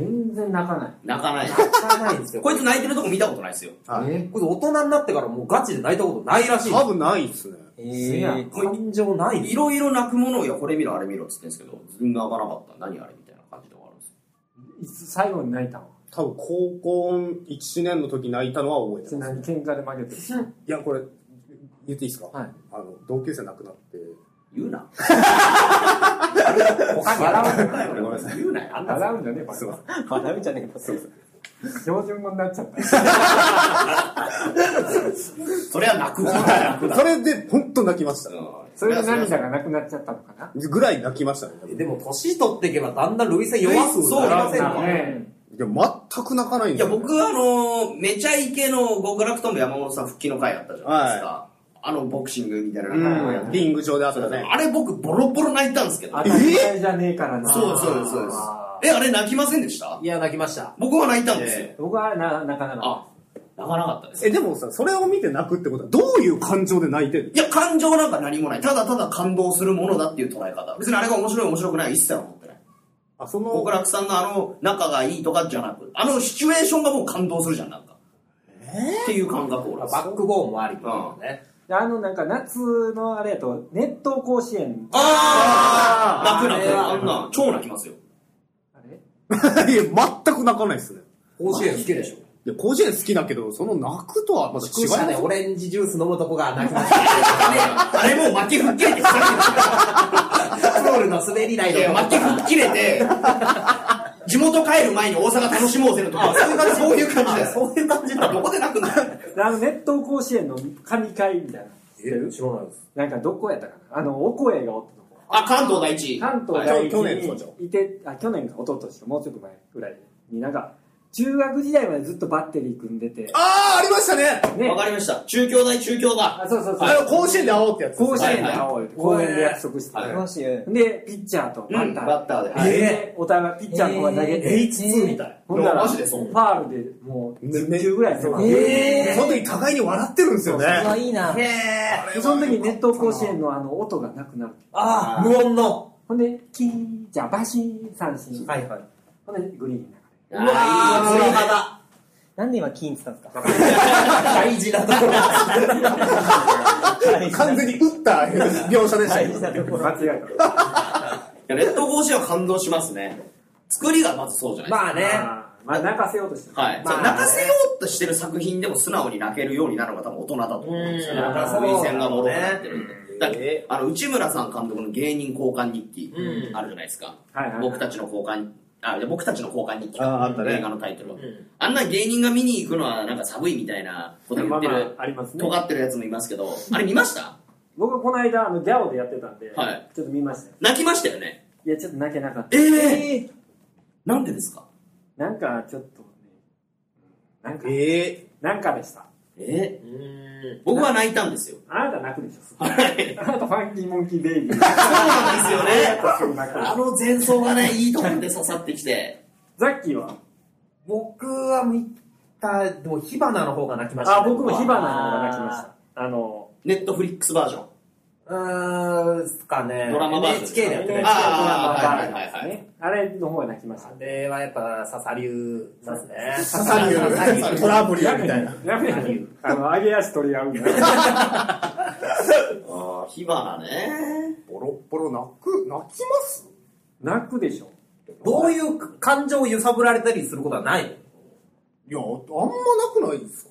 Speaker 6: れは
Speaker 4: 全然泣かない
Speaker 2: 泣かない。
Speaker 6: 泣かないんですよ。
Speaker 2: こいつ泣いてるとこ見たことないですよ。
Speaker 5: はい
Speaker 6: えこいつ大人になってからもうガチで泣いたことないらしいんで
Speaker 5: 多分ないっすね
Speaker 1: ー。え
Speaker 4: せや
Speaker 1: ー
Speaker 6: すよ。感情ないんです
Speaker 2: い
Speaker 6: よ
Speaker 2: ろいろ泣くものを、いや、これ見ろ、あれ見ろって言ってんですけど、泣かなかった。何あれみたいな感じで終わるんですよ。
Speaker 4: いつ最後に泣いたの
Speaker 5: 多分高校1年の時泣いたのは覚え
Speaker 4: 普
Speaker 5: て
Speaker 4: 通に
Speaker 5: ます
Speaker 4: 喧嘩で負けてる
Speaker 5: いやこれ言っていいですか、
Speaker 4: はい
Speaker 5: あの同級生亡くなって
Speaker 2: 言うな。
Speaker 4: 他に笑う
Speaker 2: ごめんなさい。言うなよ。
Speaker 4: 笑うんじゃねえバカ
Speaker 1: まあダメじゃねえけど。
Speaker 4: 標準語になっちゃった
Speaker 2: それは泣くことだよ。
Speaker 5: それで本当泣きました
Speaker 4: それで涙がなくなっちゃったのかな
Speaker 5: ぐらい泣きましたね
Speaker 6: でも年取っていけばだんだん類線弱す
Speaker 2: そう
Speaker 6: なりません
Speaker 2: そ
Speaker 6: か
Speaker 2: う
Speaker 4: ね
Speaker 5: いや全く泣かないん
Speaker 2: い
Speaker 5: で
Speaker 2: や、
Speaker 5: すよ
Speaker 2: 僕はあのーめちゃイケの極楽とも山本さん復帰の回あったじゃないですか。あの、ボクシングみたいな
Speaker 5: う
Speaker 2: のをやっ
Speaker 5: んリング上であった
Speaker 2: てたね
Speaker 5: ね
Speaker 2: あれ僕、ボロボロ泣いたんですけど
Speaker 4: 当。たり前じゃねえからな
Speaker 2: そうですそうですそうです
Speaker 4: あ
Speaker 2: え、あれ泣きませんでした
Speaker 6: いや、泣きました。
Speaker 2: 僕は泣いたんですよ
Speaker 4: ー。僕はな泣かなかっ
Speaker 2: あ、泣かなかったです。
Speaker 5: えでもさそれを見て泣くってことはどういう感情で泣いてる
Speaker 2: いや、感情なんか何もない。ただただ感動するものだっていう捉え方。別にあれが面白い面白くない一切思ってない。
Speaker 5: あ、その
Speaker 2: 極、楽さんのあの仲がいいとかじゃなく、あのシチュエーションがもう感動するじゃん、なんか。っていう感覚俺
Speaker 6: バ
Speaker 2: は。
Speaker 6: ックボーンもありみたいなね。
Speaker 4: であのなんか夏のあれやと熱湯甲子園
Speaker 2: あー
Speaker 6: あー
Speaker 2: 楽な
Speaker 6: あ
Speaker 2: ん
Speaker 6: れ
Speaker 2: あんな、超泣きますよ。
Speaker 4: あれ
Speaker 5: (laughs) いや、全く泣かないですね。
Speaker 6: 甲子園好きでしょ。
Speaker 5: いや、甲子園好きだけど、その泣くとはまた違
Speaker 6: 宿
Speaker 5: います
Speaker 6: 舎でオレンジジュース飲むとこがなくなっ
Speaker 2: (laughs) あれもう負け吹っ切れて、さ
Speaker 6: た。スールの滑り台
Speaker 2: っき (laughs)
Speaker 6: で。
Speaker 2: 負け吹っ切れて、地元帰る前に大阪楽しもうぜのとか、そういう感じだよ。そういう感じだ。どこで泣くんだよ。
Speaker 4: であの熱湯甲子園の神会みたいな
Speaker 6: え、知らないです。
Speaker 4: なんかどこやったかなあのお声がおったとこ
Speaker 2: あ、関東第一。
Speaker 4: 関東
Speaker 2: はい
Speaker 4: 第一
Speaker 5: 去年ですかじゃ
Speaker 4: にいてあ去年か一昨年かもうちょっと前ぐらいになんか中学時代までずっとバッテリー組んでてね
Speaker 5: あー、ありましたね
Speaker 2: わかりました。中京大中京だ。
Speaker 4: あそうそうそう
Speaker 5: あの、甲子園で会おうってやつ。
Speaker 4: 甲子園で会おうよって公園で約束して
Speaker 2: はい
Speaker 1: マジで
Speaker 4: たでピッチャーとバッタ
Speaker 2: バッターで
Speaker 4: ー
Speaker 2: はい
Speaker 4: でお互いピッチャーの方が投げて
Speaker 6: H2 みたい。
Speaker 4: ほんなら
Speaker 2: マ
Speaker 4: フ
Speaker 2: ジでそう
Speaker 4: ァールでもう10球ぐらい迫って
Speaker 1: え
Speaker 5: その時互いに笑ってるんですよね。
Speaker 1: うわいいな
Speaker 4: でその時熱湯甲子園のあの音がなくなる
Speaker 6: ああ、無音の。
Speaker 4: ほんでキーじゃあバシーン三振
Speaker 6: はいはい。
Speaker 4: ほんでグリーンだか
Speaker 2: うわー、鳥肌。
Speaker 1: なんで今金って言ったんですか
Speaker 6: 大事なところ。
Speaker 5: 完全に打った描写でしたよ。
Speaker 4: ら間違えた
Speaker 2: いやレッド甲子園は感動しますね。作りがまずそうじゃないですか。
Speaker 6: まあね。
Speaker 4: あーまあ泣かせようとしてる
Speaker 2: はい。
Speaker 6: まあね
Speaker 2: 泣かせようとしてる作品でも素直に泣けるようになるのが多分大人だと思うんですよね。
Speaker 6: うん
Speaker 2: だから涙腺がもろくなってるんで。だってあの、内村さん監督の芸人交換日記
Speaker 6: うん
Speaker 2: あるじゃないですか。
Speaker 4: はいはい
Speaker 2: 僕たちの交換、あ、いや僕たちの交換日記。
Speaker 5: ああったね
Speaker 2: 映画のタイトルは。あんな芸人が見に行くのはなんか寒いみたいなこと言っ
Speaker 4: まあ
Speaker 2: て
Speaker 4: ま
Speaker 2: る、
Speaker 4: あありますね
Speaker 2: 尖ってるやつもいますけど、あれ見ました
Speaker 4: 僕はこの間あのギャオでやってたんで、
Speaker 2: はい
Speaker 4: ちょっと見ましたよ
Speaker 2: 泣きましたよね。
Speaker 4: いやちょっと泣けなかった
Speaker 2: ええなんでですか
Speaker 4: なんかちょっとねなんか、
Speaker 5: え
Speaker 4: なんかでした
Speaker 2: え
Speaker 6: うーん。
Speaker 2: 僕は泣いたんです (laughs) よ。
Speaker 4: あなた泣くでしょすごい
Speaker 2: はい。
Speaker 4: あなたファンキーモンキーベイビー
Speaker 2: そうなんですよね。
Speaker 4: そう泣くでし
Speaker 2: あ
Speaker 4: ょ
Speaker 2: の前奏がね、いいところで刺さってきて。
Speaker 4: ザッキーは
Speaker 6: 僕は見た、でも火花の方が泣きました、
Speaker 4: あ僕も火花の方が泣きましたあの
Speaker 2: (laughs) ネットフリックスバージョン。
Speaker 6: うーん、ですかね。
Speaker 2: ドラマバージョン
Speaker 6: NHK でやってる。
Speaker 2: あー
Speaker 6: あ
Speaker 2: はいはいはい
Speaker 4: ねあれの方が泣きました
Speaker 6: あれはやっぱ、笹流ですね。
Speaker 5: ー、サリュー、トラブルやみたいな。
Speaker 4: やめやあの揚げ足取り合う
Speaker 2: (laughs)
Speaker 4: んだよ
Speaker 2: ああ、火花ね。
Speaker 5: ボロッボロ泣く、泣きます
Speaker 4: 泣くでしょ
Speaker 6: どういう感情を揺さぶられたりすることはないの
Speaker 5: いや、あんま泣くないですか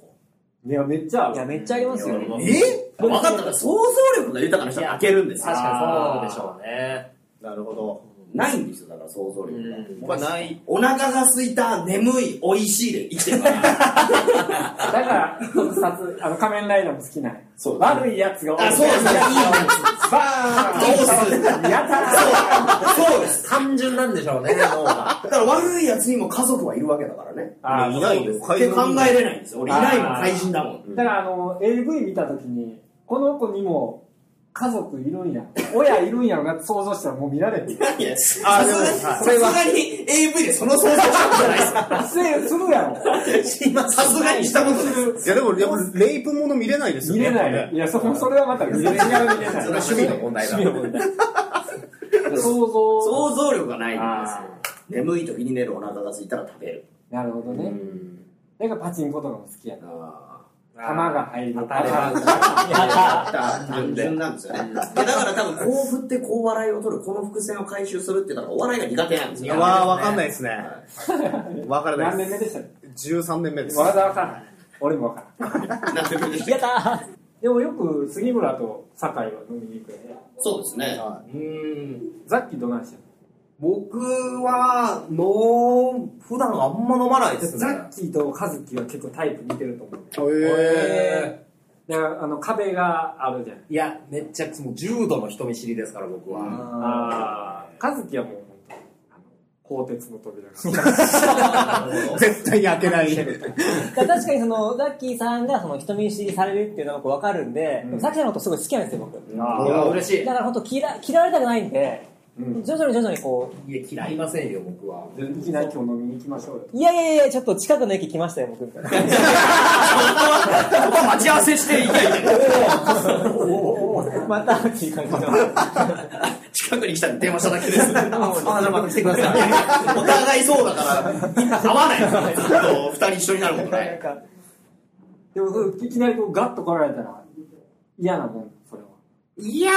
Speaker 4: いやめっちゃある
Speaker 1: いや、めっちゃありますよ。
Speaker 5: え
Speaker 2: 分かったから想像力が豊かな人は泣けるんですよ
Speaker 6: 確。かにそうでしょうね。
Speaker 5: なるほど。
Speaker 2: ないんですよ、だから想像力が。
Speaker 5: 僕はない。
Speaker 2: お腹が空いた、眠い、美味しいで生きてるから。
Speaker 4: だから特撮あの仮面ライダーも好きなんや
Speaker 2: そう
Speaker 4: 悪いやつが多い
Speaker 2: あ、そうですね。
Speaker 4: バーン
Speaker 2: どうする
Speaker 4: やった
Speaker 2: そうそうです。
Speaker 6: 単純なんでしょうね、脳が。
Speaker 2: だから悪い奴にも家族はいるわけだからね。
Speaker 4: あ
Speaker 5: い
Speaker 4: ー
Speaker 5: ないよ。
Speaker 2: って考えれないんですよ。俺いないもん
Speaker 4: あー
Speaker 2: 怪人だもん。
Speaker 4: だからあの AV 見た時にこの子にも家族いるんや親いるんやろなって想像したらもう見られてる
Speaker 2: いや、さすがに、さすがに AV でその想像したことないですよ。
Speaker 4: 失礼するやろ
Speaker 2: さすがにしたことないです。
Speaker 5: いやでも、やっぱレイプもの見れないですよ
Speaker 4: 見
Speaker 5: ね。
Speaker 4: れ
Speaker 5: や
Speaker 4: な
Speaker 5: っ
Speaker 4: いいやそそれはまた見れない見れない
Speaker 6: それは趣味の問題だ。
Speaker 4: 想像
Speaker 2: 想像力がないんです
Speaker 4: あ
Speaker 2: よ。眠い時に寝るお腹が空いたら食べる。
Speaker 4: ーなるほどねなんかパチンコとかも好きやな
Speaker 6: 玉
Speaker 4: 玉が入る
Speaker 6: あれは
Speaker 2: 単純なんですよね。だから多分、こう振ってこう笑いを取る、この伏線を回収するっていうのがお笑いが苦手なんです
Speaker 5: ぱりねい
Speaker 2: よ。
Speaker 5: や、わーわかんないですね。
Speaker 4: (laughs)
Speaker 5: わから
Speaker 4: 何
Speaker 5: ない
Speaker 4: 年目
Speaker 5: で
Speaker 4: でしたっけ
Speaker 5: す。13年目です。
Speaker 4: わざわからない俺もわからない
Speaker 2: なんでで
Speaker 1: やったー
Speaker 4: でもよく杉村と酒井は飲みに行くよね
Speaker 2: そうですね。
Speaker 4: ザッキーどないしてんの
Speaker 6: 僕は、の、普段あんま飲まないですね。
Speaker 4: ザッキーとカズキは結構タイプ似てると思う
Speaker 5: え
Speaker 4: だからあの壁があるじゃん
Speaker 6: いや、めっちゃ、もう重度の人見知りですから、僕は。
Speaker 4: ああ和樹はもう本当にあの鋼鉄の扉
Speaker 2: (laughs)
Speaker 4: が
Speaker 5: ー、絶対に開けない。
Speaker 1: だから確かにその、ザッキーさんがその人見知りされるっていうのは僕わかるんで、でもザッキーさんのことすごい好きなんですよ、僕。
Speaker 4: あ
Speaker 6: いや、嬉しい。
Speaker 1: だから本当嫌、嫌われたくないんで、
Speaker 4: うん
Speaker 1: 徐々に徐々にこ
Speaker 6: いや、嫌いませんよ、僕は。
Speaker 4: じゃあいきなり今日飲みに行きましょうよ
Speaker 1: う、いやいやいや、ちょっと近くの駅来ましたよ、僕み
Speaker 6: (laughs)
Speaker 1: たいな。
Speaker 2: ここ待ち合わせして、いやいや、
Speaker 1: またっていう感じの。
Speaker 2: 近くに来たんで電話しただけ
Speaker 6: (laughs)
Speaker 2: です。あ、じゃあまた来てください。お互いそうだから、合わないですずっと二人一緒になることな
Speaker 4: なん
Speaker 2: い。
Speaker 4: かでもそういきなりこうガッと来られたら嫌なもんそれはい
Speaker 6: や、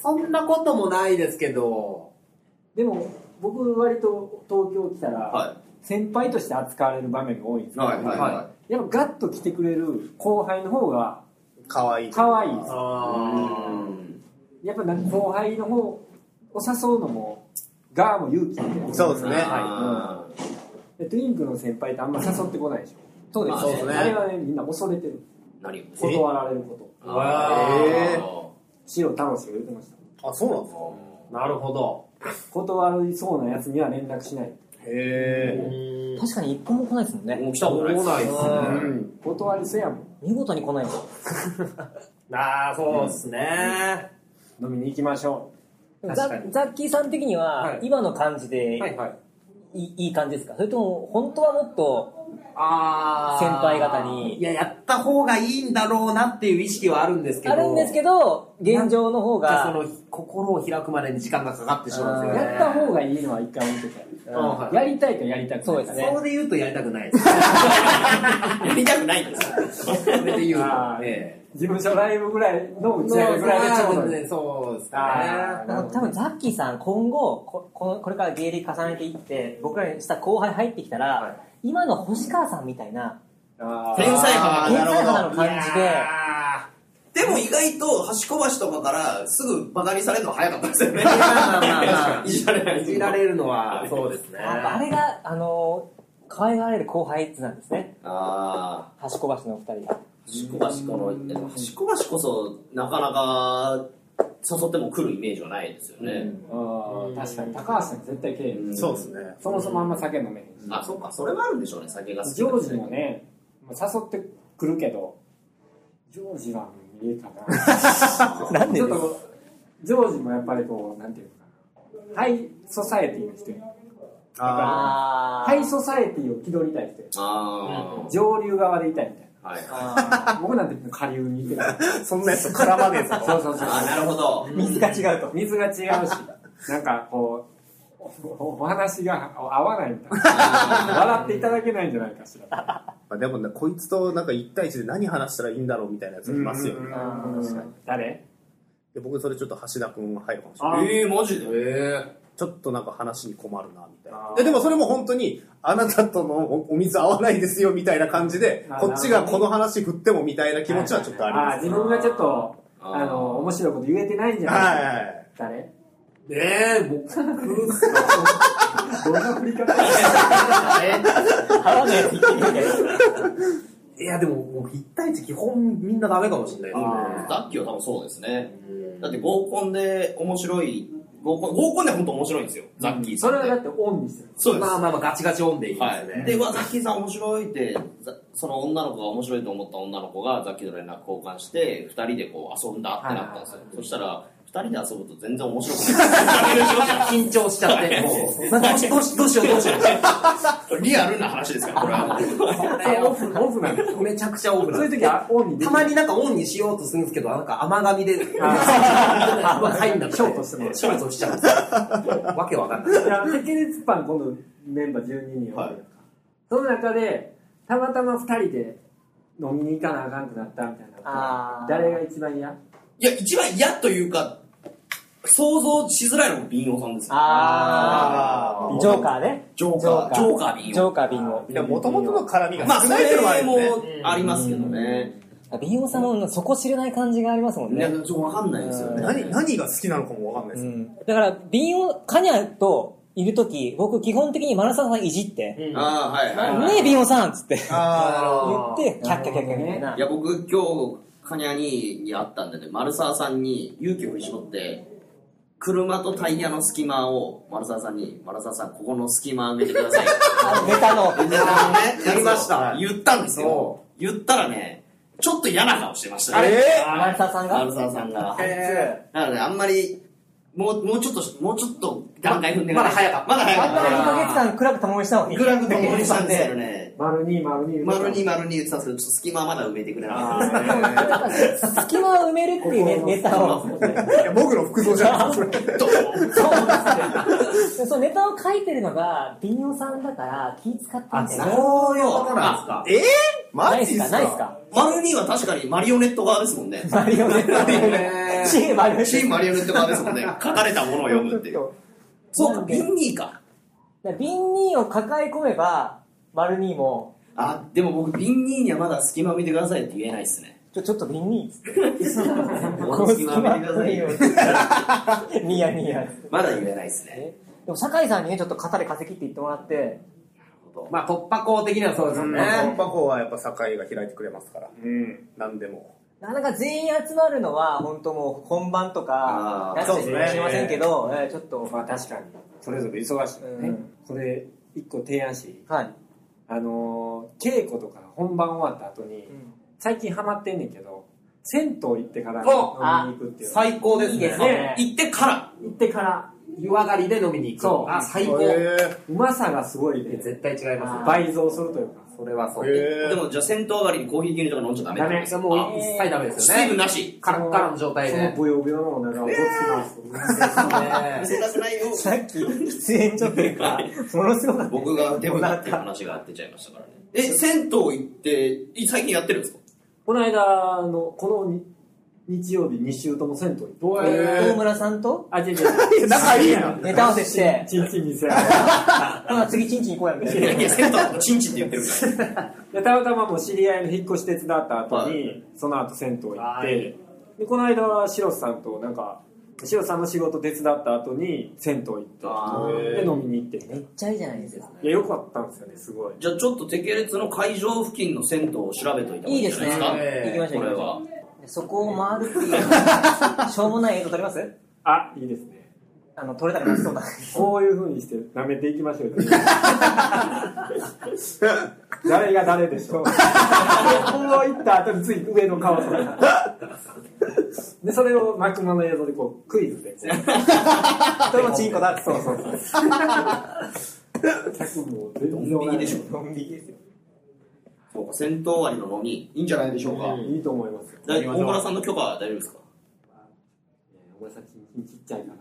Speaker 6: そんなこともないですけど、
Speaker 4: でも僕割と東京来たら、
Speaker 2: は
Speaker 4: 先輩として扱われる場面が多いんですけど、
Speaker 2: はいはいは
Speaker 4: やっぱガッと来てくれる後輩の方が
Speaker 5: 可愛い
Speaker 4: 可愛いです
Speaker 6: あ
Speaker 4: やっぱなんか後輩の方を誘うのもガーも勇気いる
Speaker 5: そうですね
Speaker 2: は
Speaker 4: でトゥインクの先輩ってあんま誘ってこないでしょ
Speaker 1: そうです
Speaker 2: そうです
Speaker 5: ね
Speaker 4: あれはねみんな恐れてる
Speaker 2: い。何を
Speaker 4: 断られること
Speaker 6: あ
Speaker 5: え
Speaker 4: 白楽しく言ってました
Speaker 5: あそうなんですか
Speaker 6: なるほど。
Speaker 4: 断りそうなやつには連絡しない
Speaker 5: へ
Speaker 1: 確かに一本も来ないですもんね。
Speaker 2: もう来たことないです。
Speaker 6: ないですね
Speaker 5: え
Speaker 4: 断りせやもん
Speaker 1: 見事に来ないですよ。
Speaker 6: ああ、そうですね。
Speaker 4: 飲みに行きましょ
Speaker 1: でもザ
Speaker 6: 確かに
Speaker 1: ザッキーさん的には
Speaker 6: は、い
Speaker 1: 今の感じでい
Speaker 6: はいはい。
Speaker 1: いいい感じですかそれとも、本当はもっと、
Speaker 6: あー
Speaker 1: 先輩方に
Speaker 6: いや、やった方がいいんだろうなっていう意識はあるんですけど。
Speaker 1: あるんですけど、現状の方
Speaker 6: なんか
Speaker 1: が、
Speaker 6: その、心を開くまでに時間がかかってしまうん
Speaker 4: う
Speaker 6: ですよね。
Speaker 4: やった方がいいのは一回思ってたよ
Speaker 6: うんはい
Speaker 4: やりたいとやりたくない
Speaker 1: そうですね
Speaker 6: それで言うとやりたくないです。
Speaker 2: やりたくないんですよ。
Speaker 6: それで言う
Speaker 4: あ
Speaker 6: と。
Speaker 4: ー
Speaker 6: ええ。
Speaker 4: 事務所ライブぐらいの打ち上げぐらいでちょうどいい
Speaker 6: そうですね。
Speaker 4: あー
Speaker 1: だから多分ザッキーさん今後ここのこれから芸歴重ねていって僕らにした後輩入ってきたら、
Speaker 6: は
Speaker 1: 今の星川さんみたいな
Speaker 4: あー
Speaker 2: 天才
Speaker 5: あ
Speaker 2: 感
Speaker 1: 天
Speaker 5: な
Speaker 2: が
Speaker 5: るほ
Speaker 1: 才
Speaker 5: ど
Speaker 1: 肌の感じ
Speaker 6: い
Speaker 1: で
Speaker 6: やー
Speaker 2: でも意外と、端こばしとかから、すぐバカにされるの早かったですよね。
Speaker 6: まあまあまあ
Speaker 2: いじられない。
Speaker 6: いじられるのは、そうですね。
Speaker 1: やっぱあれがあの可愛がられる後輩なんですね
Speaker 2: あ
Speaker 1: 端っこ橋のお二人が
Speaker 2: あ、端こばしこの、でも端こばしこそ、なかなか、誘っても来るイメージはないですよね。
Speaker 4: あー確かに高橋さん絶対経理
Speaker 2: うん
Speaker 5: そうですね
Speaker 4: そもそもあんま酒飲めへんし
Speaker 2: あ、そうか、それはあるんでしょうね、酒が好き
Speaker 4: ジ
Speaker 2: な
Speaker 4: ョ
Speaker 2: ん
Speaker 4: ー
Speaker 2: で
Speaker 4: ジもね、まあ、誘ってくるけど、ジョージは見えた (laughs) な。なんでちょっとこうジョージもやっぱりこう、なんていうのかな、ハイソサエティの人や
Speaker 1: あ
Speaker 5: あ
Speaker 4: ハイソサエティを気取りたい人や
Speaker 2: あ
Speaker 4: 上流側でいたいみたい
Speaker 2: あ、はい。
Speaker 4: な。僕なんて下流にいてない。
Speaker 5: あそんなやつと絡まねえぞ
Speaker 4: そうそうそう。
Speaker 2: あなるほど。
Speaker 1: 水が違うと
Speaker 4: 水が違うし、なんかこう、おお話が合わないみたい (laughs) な。笑っていただけないんじゃないかしら。
Speaker 5: まあでもねこいつとなんか1対1で何話したらいいんだろうみたいなやついますよね
Speaker 4: うん誰
Speaker 5: で僕それちょっと橋田君入るかもしれない
Speaker 2: ええー、マジで
Speaker 5: ちょっとなんか話に困るなみたいな
Speaker 4: あー
Speaker 5: えでもそれも本当にあなたとのおお水合わないですよみたいな感じで
Speaker 4: あー
Speaker 5: こっちがこの話振ってもみたいな気持ちはちょっとあり
Speaker 4: あ
Speaker 5: ま
Speaker 4: あ、
Speaker 5: す
Speaker 4: 自分がちょっと、
Speaker 2: あー
Speaker 4: あの、面白いこと言えてないんじゃ
Speaker 5: はい
Speaker 4: ない
Speaker 5: はいはい
Speaker 4: 誰
Speaker 6: ええ、僕、
Speaker 4: どんな振り
Speaker 5: (laughs)
Speaker 4: 方
Speaker 1: 腹のやつ言ってみるけど
Speaker 6: いや、でも、僕、一対一基本みんなダメかもしれない
Speaker 2: ザッキーは多分そうですね。
Speaker 6: ですね。
Speaker 2: だって合コンで面白い、合コン、合コンで本当面白いんですよ、ザッキーさん
Speaker 4: それ
Speaker 2: って。
Speaker 4: はだってオンにしてる。
Speaker 2: そうです。
Speaker 6: まあまあまあ、ガチガチオンでいきま
Speaker 2: は
Speaker 6: す
Speaker 2: い、
Speaker 6: ね。
Speaker 2: で、うわ、ザッキーさん面白いって、ざその女の子が面白いと思った女の子がザッキーと連絡交換して、二人でこう遊んだってなったんですよ。そしたら、二人で遊ぶと全然面白くない。 (laughs)
Speaker 6: 緊張しちゃって、もう、どうしどうしどうしようどうしよ
Speaker 2: リアルな話ですから、これは。
Speaker 4: オフ、オ
Speaker 5: (laughs)
Speaker 4: フなんだ。
Speaker 6: う。めちゃくちゃオフな
Speaker 4: そうんいう
Speaker 6: です
Speaker 4: 時はオンにで
Speaker 6: た
Speaker 4: きる
Speaker 6: まになんかオンにしようとするんですけど、なんか甘噛みで、
Speaker 4: あー
Speaker 6: 入んなくて
Speaker 4: ショートしてもらう
Speaker 6: ショートしちゃうん (laughs) ですよ。わけわかんない。
Speaker 4: いや、テケレツパン今度メンバー12人おるやんか、
Speaker 2: はい
Speaker 4: その中で、たまたま2人で飲みに行かなあかんくなったみたい
Speaker 1: あ
Speaker 4: な
Speaker 1: ー。
Speaker 4: 誰が一番嫌
Speaker 2: いや、一番嫌というか、想像しづらいのもビンオさんですよ。
Speaker 1: あージョーカーね
Speaker 2: ジョー
Speaker 1: カー
Speaker 2: ジョーカービンオ。
Speaker 1: ジョーカービンゴ
Speaker 5: いや、もともとの絡みが
Speaker 2: まあ、
Speaker 5: 少
Speaker 2: そ
Speaker 5: ないっていうのはあ
Speaker 2: れ
Speaker 5: るよね。
Speaker 2: もありますけどね。
Speaker 1: ビンゴさんもそこ知れない感じがありますもん
Speaker 2: いや、
Speaker 1: ね
Speaker 2: ちょっとわかんないですよね。
Speaker 5: 何、何が好きなのかもわかんないで
Speaker 1: う
Speaker 5: す。
Speaker 1: んだから、瓶を、カニャといるとき、僕基本的にマラサさんいじって、
Speaker 2: ああ、はいはい。。
Speaker 1: ねえ、瓶をさんっつって
Speaker 5: あ
Speaker 1: 言って、キャッキャッキャッキャみたいない
Speaker 2: や、僕、今日、カニャにに会ったんでね、丸沢さんに勇気を振り絞って、車とタイヤの隙間を丸沢さんに、丸沢さん、ここの隙間埋めてください。
Speaker 1: あのネタの、
Speaker 2: でね
Speaker 6: やりました
Speaker 2: 言ったんですよ
Speaker 6: そ。
Speaker 2: 言ったらね、ちょっと嫌な顔してました
Speaker 5: あ
Speaker 2: ね。
Speaker 5: れ
Speaker 1: マラサさんが
Speaker 2: 丸沢さんが。
Speaker 5: え
Speaker 2: だからね、あんまり、もう、もうちょっと、もうちょっと段階踏んでない。
Speaker 6: まだ早かった
Speaker 2: まだ早
Speaker 1: あんなに2
Speaker 2: か
Speaker 1: ヶ
Speaker 2: っ
Speaker 1: 月間クラブともにしたの
Speaker 2: た。
Speaker 1: に。
Speaker 2: グ (laughs) ラフともにしたんですけ
Speaker 1: で。
Speaker 2: どね。
Speaker 4: 丸二丸二
Speaker 2: 丸に丸に言ってたんですけど、ちょっと隙間はまだ埋めてくれなかったですね。
Speaker 1: 隙間を埋めるっていうねネタを。
Speaker 5: いや、僕の服装じゃないですか、それ。
Speaker 1: そう、ネタを書いてるのが、ビンオさんだから気使ってんだよね。
Speaker 6: そういうことなんですか。
Speaker 5: えー、
Speaker 1: な
Speaker 5: マ
Speaker 1: いっ
Speaker 5: ジ
Speaker 1: す
Speaker 5: っ
Speaker 1: か
Speaker 5: す
Speaker 1: ないっ
Speaker 5: か
Speaker 1: すか
Speaker 2: 丸には確かにマリオネット側ですもんね。
Speaker 1: マリオネット。チームマリオネ
Speaker 2: チー
Speaker 1: ッ
Speaker 2: ムマリオネット側ですもん (laughs) ね。書かれたものを読むっていう。そうか、ビンニーか。
Speaker 1: ト。ビンニーを抱え込めば、マルニーも、
Speaker 2: あ、でも僕、ビンニーにはまだ隙間埋めてくださいって言えないで
Speaker 1: (laughs)
Speaker 2: すね。
Speaker 1: ちょ、ちょっとビンニーっつって。
Speaker 2: この隙間埋めてくださいよ。
Speaker 1: ニヤニヤ。
Speaker 2: まだ言えないですね。
Speaker 1: でも、酒井さんにね、ちょっと肩で稼ぎって言ってもらって、
Speaker 6: まあ突破口的にはそうですよね。
Speaker 5: 突破口はやっぱ境が開いてくれますから。
Speaker 4: うん
Speaker 5: 何でも。
Speaker 1: なかなか全員集まるのは、本当もう本番とか
Speaker 2: あ、ー
Speaker 1: なっちゃうかもしれませんけど、えーちょっと、
Speaker 4: まあ確かにそれぞれ忙しいよね、
Speaker 1: うん
Speaker 4: それ一個提案し
Speaker 1: はい。
Speaker 4: あのー稽古とか本番終わった後に、最近ハマってんねんけど銭湯行ってから飲みに行くっていうの
Speaker 6: 最高ですね。
Speaker 1: いいですね
Speaker 6: 行ってから。
Speaker 4: 行ってから
Speaker 6: 湯上がりで飲みに行く。
Speaker 4: そう
Speaker 6: あ、最高。
Speaker 5: え
Speaker 4: うまさがすごいね
Speaker 6: 絶対違いますよ。
Speaker 4: 倍増するというか
Speaker 6: それはそ
Speaker 5: ー、
Speaker 6: う。
Speaker 5: え
Speaker 2: でも、じゃあ戦闘上がりにコーヒー牛乳とか飲んじゃダメ
Speaker 4: ダメ
Speaker 6: それはもう一切ダメですよ
Speaker 2: 水分
Speaker 6: ね。
Speaker 2: なし。
Speaker 6: カラッカラの状態
Speaker 4: そ
Speaker 6: で。
Speaker 4: のブヨブヨのお腹をどつきます、
Speaker 2: 見せ出せないよ。
Speaker 1: さっき、喫煙所っていうか、ものすごかった。
Speaker 2: 僕がデブだっていう話が出ちゃいましたからね。え、銭湯行って、い最近やってるんですか
Speaker 4: この間のこのに日曜日2週とも銭湯行って
Speaker 1: (laughs) 大村さんと
Speaker 4: あ違う違う
Speaker 5: ー、仲いいな。
Speaker 1: ネタ合わせして、
Speaker 4: ちんちんにせや
Speaker 1: ほな次、チンチン行こうやみたい
Speaker 2: い
Speaker 1: な。
Speaker 2: やいや、銭湯はチンチンって言ってるから。
Speaker 4: でたまたまもう知り合いの引っ越し手伝った後に、その後銭湯行っ
Speaker 6: はい
Speaker 4: てでこの間はシロスさんとなんかシロスさんの仕事手伝った後に銭湯行ってで飲みに行って
Speaker 1: めっちゃいいじゃないですか。
Speaker 4: いやよかったんですよねすごい
Speaker 2: じゃあちょっとテケレツの会場付近の銭湯を調べといた方が
Speaker 1: いいですね。
Speaker 2: じゃない
Speaker 1: 行きましょ
Speaker 2: こ
Speaker 1: う、
Speaker 2: れ
Speaker 1: 行きましょ
Speaker 2: は。
Speaker 1: う。そこを回るって (laughs) いう、しょうもない映像撮ります
Speaker 4: あいいですね
Speaker 1: あの、撮れたら楽しそうだ。
Speaker 4: こういうふうにして舐めていきましょうよ (laughs) 誰が誰でしょうここを行った後につい上の顔とかでそれをマクマの映像でこうクイズでこう
Speaker 1: 人のチンコだって。
Speaker 4: そうそうそう。客も全然
Speaker 2: ドン引きでしょ
Speaker 1: ドン引きですよ。
Speaker 2: そうか、銭湯終わりの飲み、いいんじゃないでしょうか。
Speaker 4: いいと思いますよ。
Speaker 2: 大大村さんの許可は大丈夫ですか
Speaker 4: お前さちんちっちゃいから。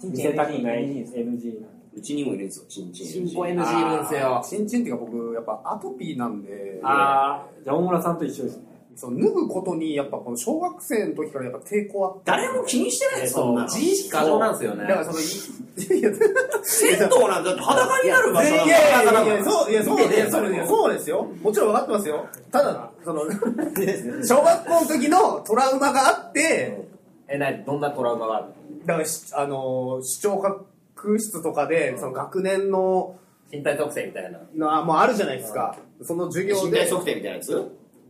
Speaker 1: チン
Speaker 4: 見
Speaker 1: チン
Speaker 4: せたくない
Speaker 1: NG です。
Speaker 4: NG なんで。
Speaker 2: うちにもいるんですよ、チンチ
Speaker 6: 進
Speaker 2: ン。
Speaker 6: 行 NG いるんですよ。
Speaker 5: チンチンっていうか僕、やっぱアトピーなんで、
Speaker 4: ああ、じゃあ大村さんと一緒ですね。
Speaker 5: その脱ぐことに、やっぱこの小学生の時からやっぱ抵抗あって。
Speaker 2: 誰も気にしてないです、そんなの。
Speaker 6: 自意識過剰なんですよね
Speaker 5: だ。からその、いいや、
Speaker 2: 銭湯なんだって裸になる場所
Speaker 5: い
Speaker 2: な
Speaker 5: や
Speaker 2: の
Speaker 5: いやいや、そう、いや、そうですそれそうですよ。もちろん分かってますよ。ただ、そ (laughs) の、小学校の時のトラウマがあって、
Speaker 6: え、なに、どんなトラウマがある
Speaker 5: だからし、あのー、視聴覚室とかで、その学年の、
Speaker 6: 身体特性みたいな。
Speaker 5: のあもうあるじゃないですか。その授業
Speaker 2: 身
Speaker 5: で
Speaker 2: 体、測定みたいなやつ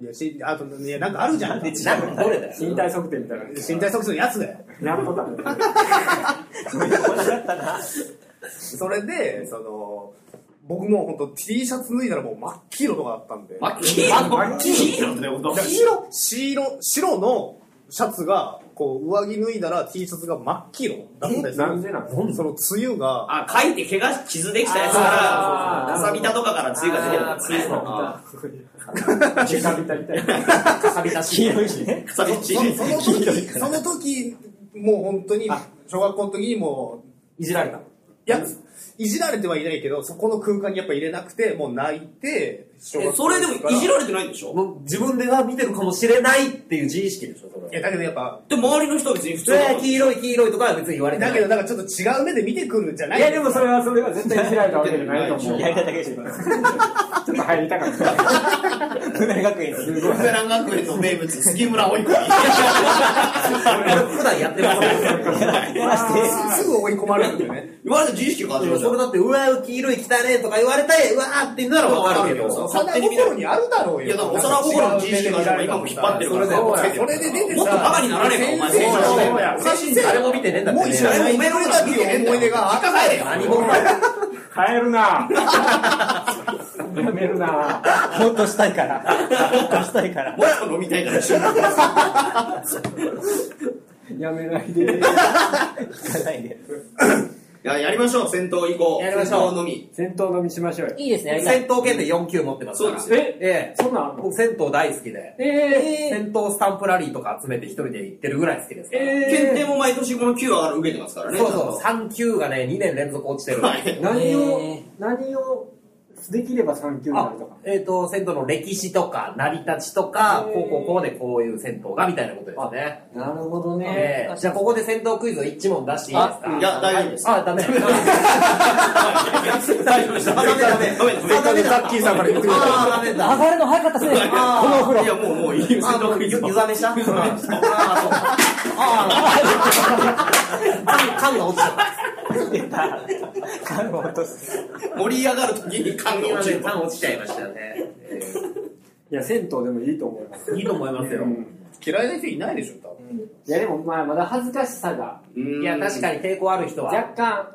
Speaker 5: いやしあと、いや、なんかあるじゃん。身体
Speaker 6: なんどれだよ。
Speaker 4: 身体測定みたいな。
Speaker 5: 測室のやつだよ。
Speaker 4: やっとだね。
Speaker 5: それで、その、僕もうほんと T シャツ脱いだらもう真っ黄色とかだったんで。
Speaker 2: マッキーロマッキーロってこと
Speaker 5: 黄色白白のシャツがこう上着脱いだら T シャツが真っ黄色だったんですよ
Speaker 4: なんでなんです
Speaker 5: その梅雨が
Speaker 2: あ、書いて怪我、傷できたやつか
Speaker 4: あー
Speaker 2: ら、錆びたとかからつゆが出てる
Speaker 6: あーつゆの
Speaker 2: あ
Speaker 4: か。ジカビタみたいな。
Speaker 6: 錆びたし。
Speaker 1: 黄色いしね。
Speaker 2: ー錆びち
Speaker 5: そその時その時もう本当に小学校の時にも
Speaker 6: いじられた。
Speaker 5: ういやいじられてはいないけどそこの空間にやっぱ入れなくてもう泣いて小
Speaker 2: え
Speaker 5: 学
Speaker 2: そ
Speaker 5: 校の
Speaker 2: れ
Speaker 5: 時
Speaker 2: でも
Speaker 5: から
Speaker 2: いじられてないんでしょ
Speaker 6: もう自分でが見てるかもしれないっていう自意識でしょ、それは。
Speaker 5: いやだけどやっぱ
Speaker 2: で、周りの人は別に普通だ
Speaker 6: えー黄色い黄色いとかは別に言われてな
Speaker 5: だ
Speaker 6: い。
Speaker 5: けどなんかちょっと違う目で見てくるんじゃない
Speaker 4: いやでもそれはそれは絶対開いたわけじゃないと思う。
Speaker 1: やりたいだけでしょ。
Speaker 4: ちょっと入りたかった。
Speaker 1: 船学園すごい。
Speaker 2: ベラン学園の名物、杉村おいこ。
Speaker 6: 普段やってます
Speaker 1: やらして。
Speaker 5: すぐ追い込まれるんだよね
Speaker 2: 今まで自意識感じまし
Speaker 6: それだって、うわ、黄色い汚ねえとか言われて、うわーって言うならわかるけど。
Speaker 5: 幼
Speaker 2: そう
Speaker 5: 心にあるだろうよ
Speaker 2: いや、だから幼心の自意識があるから今も引っ張ってるからさ、
Speaker 5: それでそれで出てさ
Speaker 2: もっとバカにならねえか、お前。
Speaker 5: 先生
Speaker 2: そうだよ
Speaker 5: そうや
Speaker 6: 先生誰も見てねえんだってね。
Speaker 5: もう一緒におめでとうだっていう思い出があったからよ
Speaker 6: 何も
Speaker 4: 帰るな。やめるな。
Speaker 1: ほっとしたいから。ほっとしたいから。
Speaker 2: もやも飲みたいから一緒に飲んでます
Speaker 4: やめないで。
Speaker 1: 聞かないで。
Speaker 2: や、やりましょう、戦闘以降。
Speaker 6: やりましょう
Speaker 2: 戦闘のみ。
Speaker 4: 戦闘飲みしましょうよ。
Speaker 1: いいですね、やりたい。
Speaker 6: 戦闘系で4級持ってますから。
Speaker 2: そう
Speaker 4: え
Speaker 6: ええ。
Speaker 4: そんなんあんの
Speaker 6: 僕、銭湯大好きで。
Speaker 4: え
Speaker 6: 戦闘スタンプラリーとか集めて一人で行ってるぐらい好きですから。
Speaker 4: え
Speaker 2: 検定も毎年この9は受けてますからね。
Speaker 6: そうそう、3級がね、2年連続落ちてる。
Speaker 2: はい
Speaker 4: 何を、
Speaker 1: えー
Speaker 4: 何をできれば3級にな
Speaker 6: あ
Speaker 4: るとか。
Speaker 6: えっ、と、銭湯の歴史とか、成り立ちとか、
Speaker 4: へー
Speaker 6: こうこうこうでこういう銭湯が、みたいなことですね。
Speaker 4: なるほどね。
Speaker 6: えーじゃあここで銭湯クイズを1問出していいです
Speaker 2: ちゃんと
Speaker 6: か
Speaker 2: いや、大丈夫です。
Speaker 6: あ、ダ
Speaker 1: (laughs)
Speaker 6: メ。
Speaker 2: 大丈夫です。ダメダメダメダメ
Speaker 6: ダメだ。ザッキーさんから言ってくれた。あー、ダメだ。
Speaker 1: 上がるの早かったですね。こ
Speaker 6: あー
Speaker 1: のお風
Speaker 2: い
Speaker 1: 呂。
Speaker 2: や、もう、もういいです。
Speaker 6: あ、
Speaker 2: 戦
Speaker 6: もう、
Speaker 2: 闘クイズ
Speaker 6: ゆ
Speaker 2: は
Speaker 6: ざめしたあー、そうか。あー、缶、缶が落ちた。
Speaker 2: 盛り上がるときに感が落ちる。
Speaker 6: 缶落ちちゃいましたよね。
Speaker 4: いや、銭湯でもいいと思います。
Speaker 6: いいと思いますよ。
Speaker 5: 嫌いな人いないでしょ、多分。
Speaker 4: いや、でも、まあ、まだ恥ずかしさが
Speaker 6: いや、確かに抵抗ある人は。
Speaker 4: 若干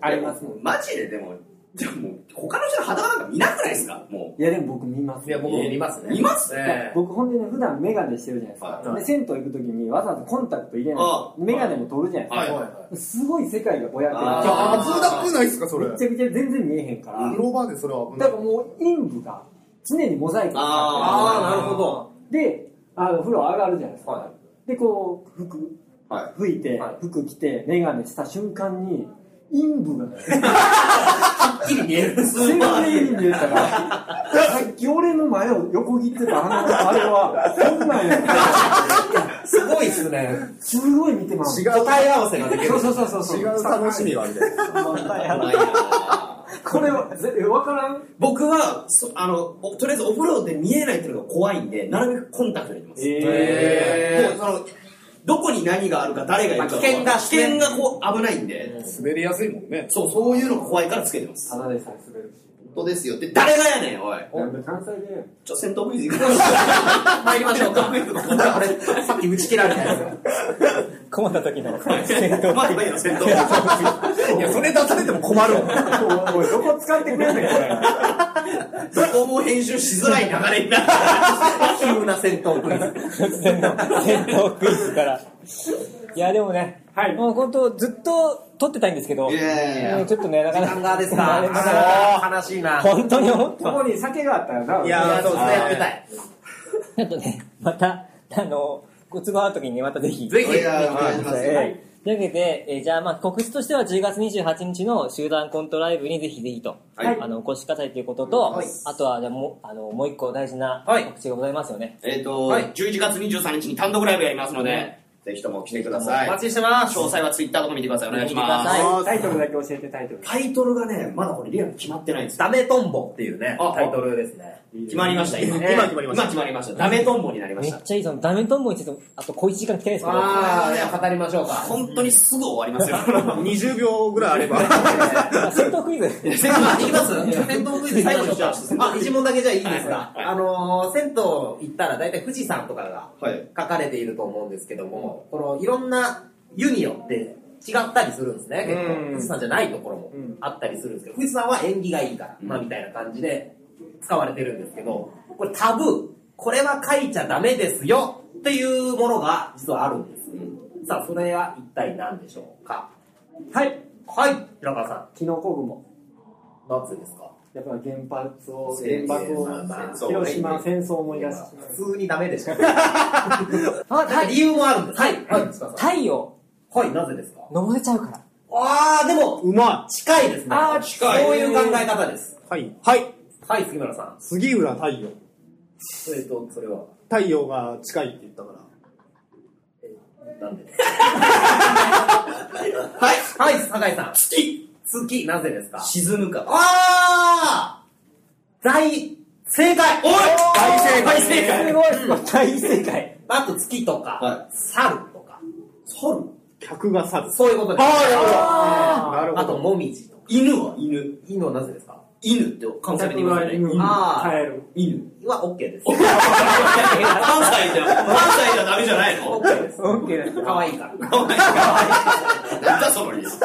Speaker 4: ありますもん。
Speaker 2: マジででも、じゃあもう、他の人の肌なんか見なくないですかも
Speaker 4: いや、でも僕見ます。
Speaker 6: いや、僕も見ますね。
Speaker 2: 見ます
Speaker 6: ええ
Speaker 4: 僕ほんでね普段メガネしてるじゃないですか、
Speaker 2: は
Speaker 4: で銭湯行く時にわざわざコンタクト入れない
Speaker 2: あ
Speaker 4: メガネも取るじゃないです
Speaker 2: う。
Speaker 4: か、
Speaker 2: はい。
Speaker 4: すごい世界がぼやけて
Speaker 6: あー
Speaker 5: 危なくないっすか、それ。
Speaker 4: めちゃくちゃ全然見えへんから、
Speaker 5: グローバーでそれは危な
Speaker 4: だ
Speaker 5: い
Speaker 4: から。もう陰部が常にモザイクに
Speaker 2: あ
Speaker 4: な
Speaker 6: ーなるほど。
Speaker 4: ってるであの風呂上がるじゃないですか、
Speaker 6: は
Speaker 4: でこう服
Speaker 2: は
Speaker 4: 吹いて、
Speaker 6: はい
Speaker 4: 服着てメガネした瞬間に陰部が
Speaker 6: はっきり見える。
Speaker 4: 全然見えたからさっき俺の前を横切ってたあのあれはそんなんやった
Speaker 6: すごいっすね。
Speaker 4: すごい見てます
Speaker 5: 違う、
Speaker 6: 答え合わせができる
Speaker 4: そう。そうそうそうそう
Speaker 5: 違う楽しみがあるみたいな。
Speaker 4: これはぜわからん
Speaker 2: 僕は、そあの、おとりあえずお風呂で見えないっていうのが怖いんで、なるべくコンタクトで行きます。
Speaker 6: え
Speaker 2: もうその、どこに何があるか、誰がいるか、
Speaker 6: まあ危険が
Speaker 2: 危険がこう危ないんで、
Speaker 5: 滑りやすいもんね。
Speaker 2: そう、そういうのが怖いからつけてます。
Speaker 4: ただでさえ滑るし
Speaker 2: 本当ですよ。で、誰がやねん、おい。
Speaker 4: なんで関西で
Speaker 2: ちょ、戦闘クイズ行くか (laughs) 参りましょうか。
Speaker 6: あれ、さっき打ち切られたやつ。
Speaker 1: 困った時の。
Speaker 2: (laughs) まあ、いいよ、戦闘クイズ。
Speaker 5: いや、それ出されても困るもん。
Speaker 4: おいどこ使ってくれんねん (laughs) これ
Speaker 2: どこも編集しづらい流れになる。
Speaker 6: 急な戦闘クイズ。
Speaker 1: 突然の戦闘クイズから。いや、でもね、
Speaker 4: はい
Speaker 1: もう本当ずっと撮ってたいんですけど、
Speaker 2: いやいやい
Speaker 1: もうちょっとね、なかな
Speaker 6: ハンガー
Speaker 1: か。
Speaker 6: ですか。
Speaker 1: な
Speaker 6: あー悲しいな。
Speaker 1: 本当に思って
Speaker 4: こ
Speaker 1: ま
Speaker 4: こに酒があったらない
Speaker 5: や
Speaker 6: そうですね、やってた
Speaker 5: い。
Speaker 6: い。
Speaker 1: す。ちょっとね、また、あの、ご都合ある時にね、またぜひ。
Speaker 6: ぜひ。
Speaker 2: いや
Speaker 1: はい
Speaker 2: お願いします
Speaker 1: はいというわけで、えーじゃあ、まあ、告知としては10月28日の集団コントライブにぜひぜひと、
Speaker 2: はい
Speaker 1: あの、お越しくださいということと、あとは、じゃあもう、あの、もう一個大事な
Speaker 6: はい
Speaker 1: 告知がございますよね。
Speaker 2: (laughs) えっと、
Speaker 6: はい
Speaker 2: 11月23日に単独ライブやりますので、ぜひとも来てください。
Speaker 6: お
Speaker 2: 詳
Speaker 6: 待ちしてます。
Speaker 2: 細はツイッターとか見てください。お願いし
Speaker 1: 見てくだ
Speaker 2: ま
Speaker 1: さ
Speaker 2: す。
Speaker 1: い
Speaker 4: タイトルだけ教えてタイトル
Speaker 2: タイトルがね、まだこれリアルに決まってないんですよ。
Speaker 6: ダメトンボっていうね、
Speaker 2: あ
Speaker 6: タイトルですね。
Speaker 2: 決まりました、今。
Speaker 6: ね
Speaker 2: 今決まりました。今決まりました。ダメトンボになりま
Speaker 1: め
Speaker 2: し。
Speaker 1: ったちゃいい、その、ダメトンボについて、あと小1時間聞きたいですけど、
Speaker 6: あー、じゃあ語りましょうか。
Speaker 2: 本当にすぐ終わりますよ。
Speaker 5: (laughs) 20秒ぐらいあれば。
Speaker 1: 戦闘クイズ。
Speaker 6: 戦闘いきます
Speaker 2: (laughs)
Speaker 6: 戦闘クイズ最後にしましょうあ、一問だけじゃあいいですか。
Speaker 2: はい
Speaker 6: あのー、銭湯行ったら大体富士山とかが
Speaker 2: はい。
Speaker 6: 書かれていると思うんですけども、このいろんな湯によって違ったりするんですね、結構。富士山じゃないところもあったりするんですけど、富士山は縁起がいいから、まあみたいな感じで使われてるんですけど、これタブー、これは書いちゃダメですよっていうものが実はあるんです。さあ、それは一体何でしょうかはい。はい、平川さん、
Speaker 4: キノコ雲
Speaker 6: 何つですか
Speaker 4: やっぱ原発を
Speaker 2: 戦争
Speaker 4: 原爆を
Speaker 2: 戦争
Speaker 4: 広島戦争を思い出し
Speaker 6: 普通にダメでしょ。
Speaker 1: (laughs) あ、は
Speaker 6: 理由もあるんです。はい。はい、
Speaker 1: 太陽、
Speaker 6: はい、なぜですか
Speaker 1: 登れちゃうから。
Speaker 6: あー、でも、
Speaker 5: うま
Speaker 6: 近いですね。
Speaker 1: あー
Speaker 2: 近い
Speaker 6: そういう考え方です。
Speaker 5: い。はい。はい。
Speaker 6: はい、杉村さん。
Speaker 5: 杉浦太陽。
Speaker 6: えっと、それは、
Speaker 5: 太陽が近いって言ったから。
Speaker 6: なんで (laughs) はい、はい、酒井さん。月。月、なぜですか
Speaker 2: 沈むから。
Speaker 6: あー大、正解
Speaker 2: おい大正解
Speaker 1: すごい、すごい、 (laughs) 大正解。
Speaker 6: あと月とか、
Speaker 2: は
Speaker 6: 猿とか、
Speaker 2: 猿
Speaker 5: 客が去る。
Speaker 6: そういうことです。
Speaker 1: あ
Speaker 5: なる
Speaker 6: あと、もみじとか。
Speaker 2: 犬は犬。
Speaker 6: 犬はなぜですか
Speaker 2: 犬って関西弁で言いますよね。
Speaker 6: あ
Speaker 4: た
Speaker 6: ー
Speaker 4: 帰る
Speaker 2: 犬。
Speaker 6: は OK です。
Speaker 2: 関西じゃ、関西じゃダメじゃないの
Speaker 6: OK です。
Speaker 4: オッケーです
Speaker 6: 可愛いから。
Speaker 2: (laughs) お前なんだその理由。
Speaker 6: そ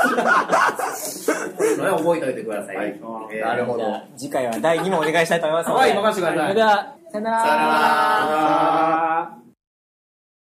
Speaker 6: ういうのね、覚えておいてください。
Speaker 2: は
Speaker 6: はいい、
Speaker 2: えーなるほ
Speaker 1: じ
Speaker 2: ど。
Speaker 1: ゃあ、次回は第2問お願いしたいと思いますので。
Speaker 6: 任せてくだ
Speaker 1: そ
Speaker 6: さ
Speaker 1: れ
Speaker 6: い
Speaker 1: で。は、さよなら。
Speaker 2: さよなら
Speaker 4: あー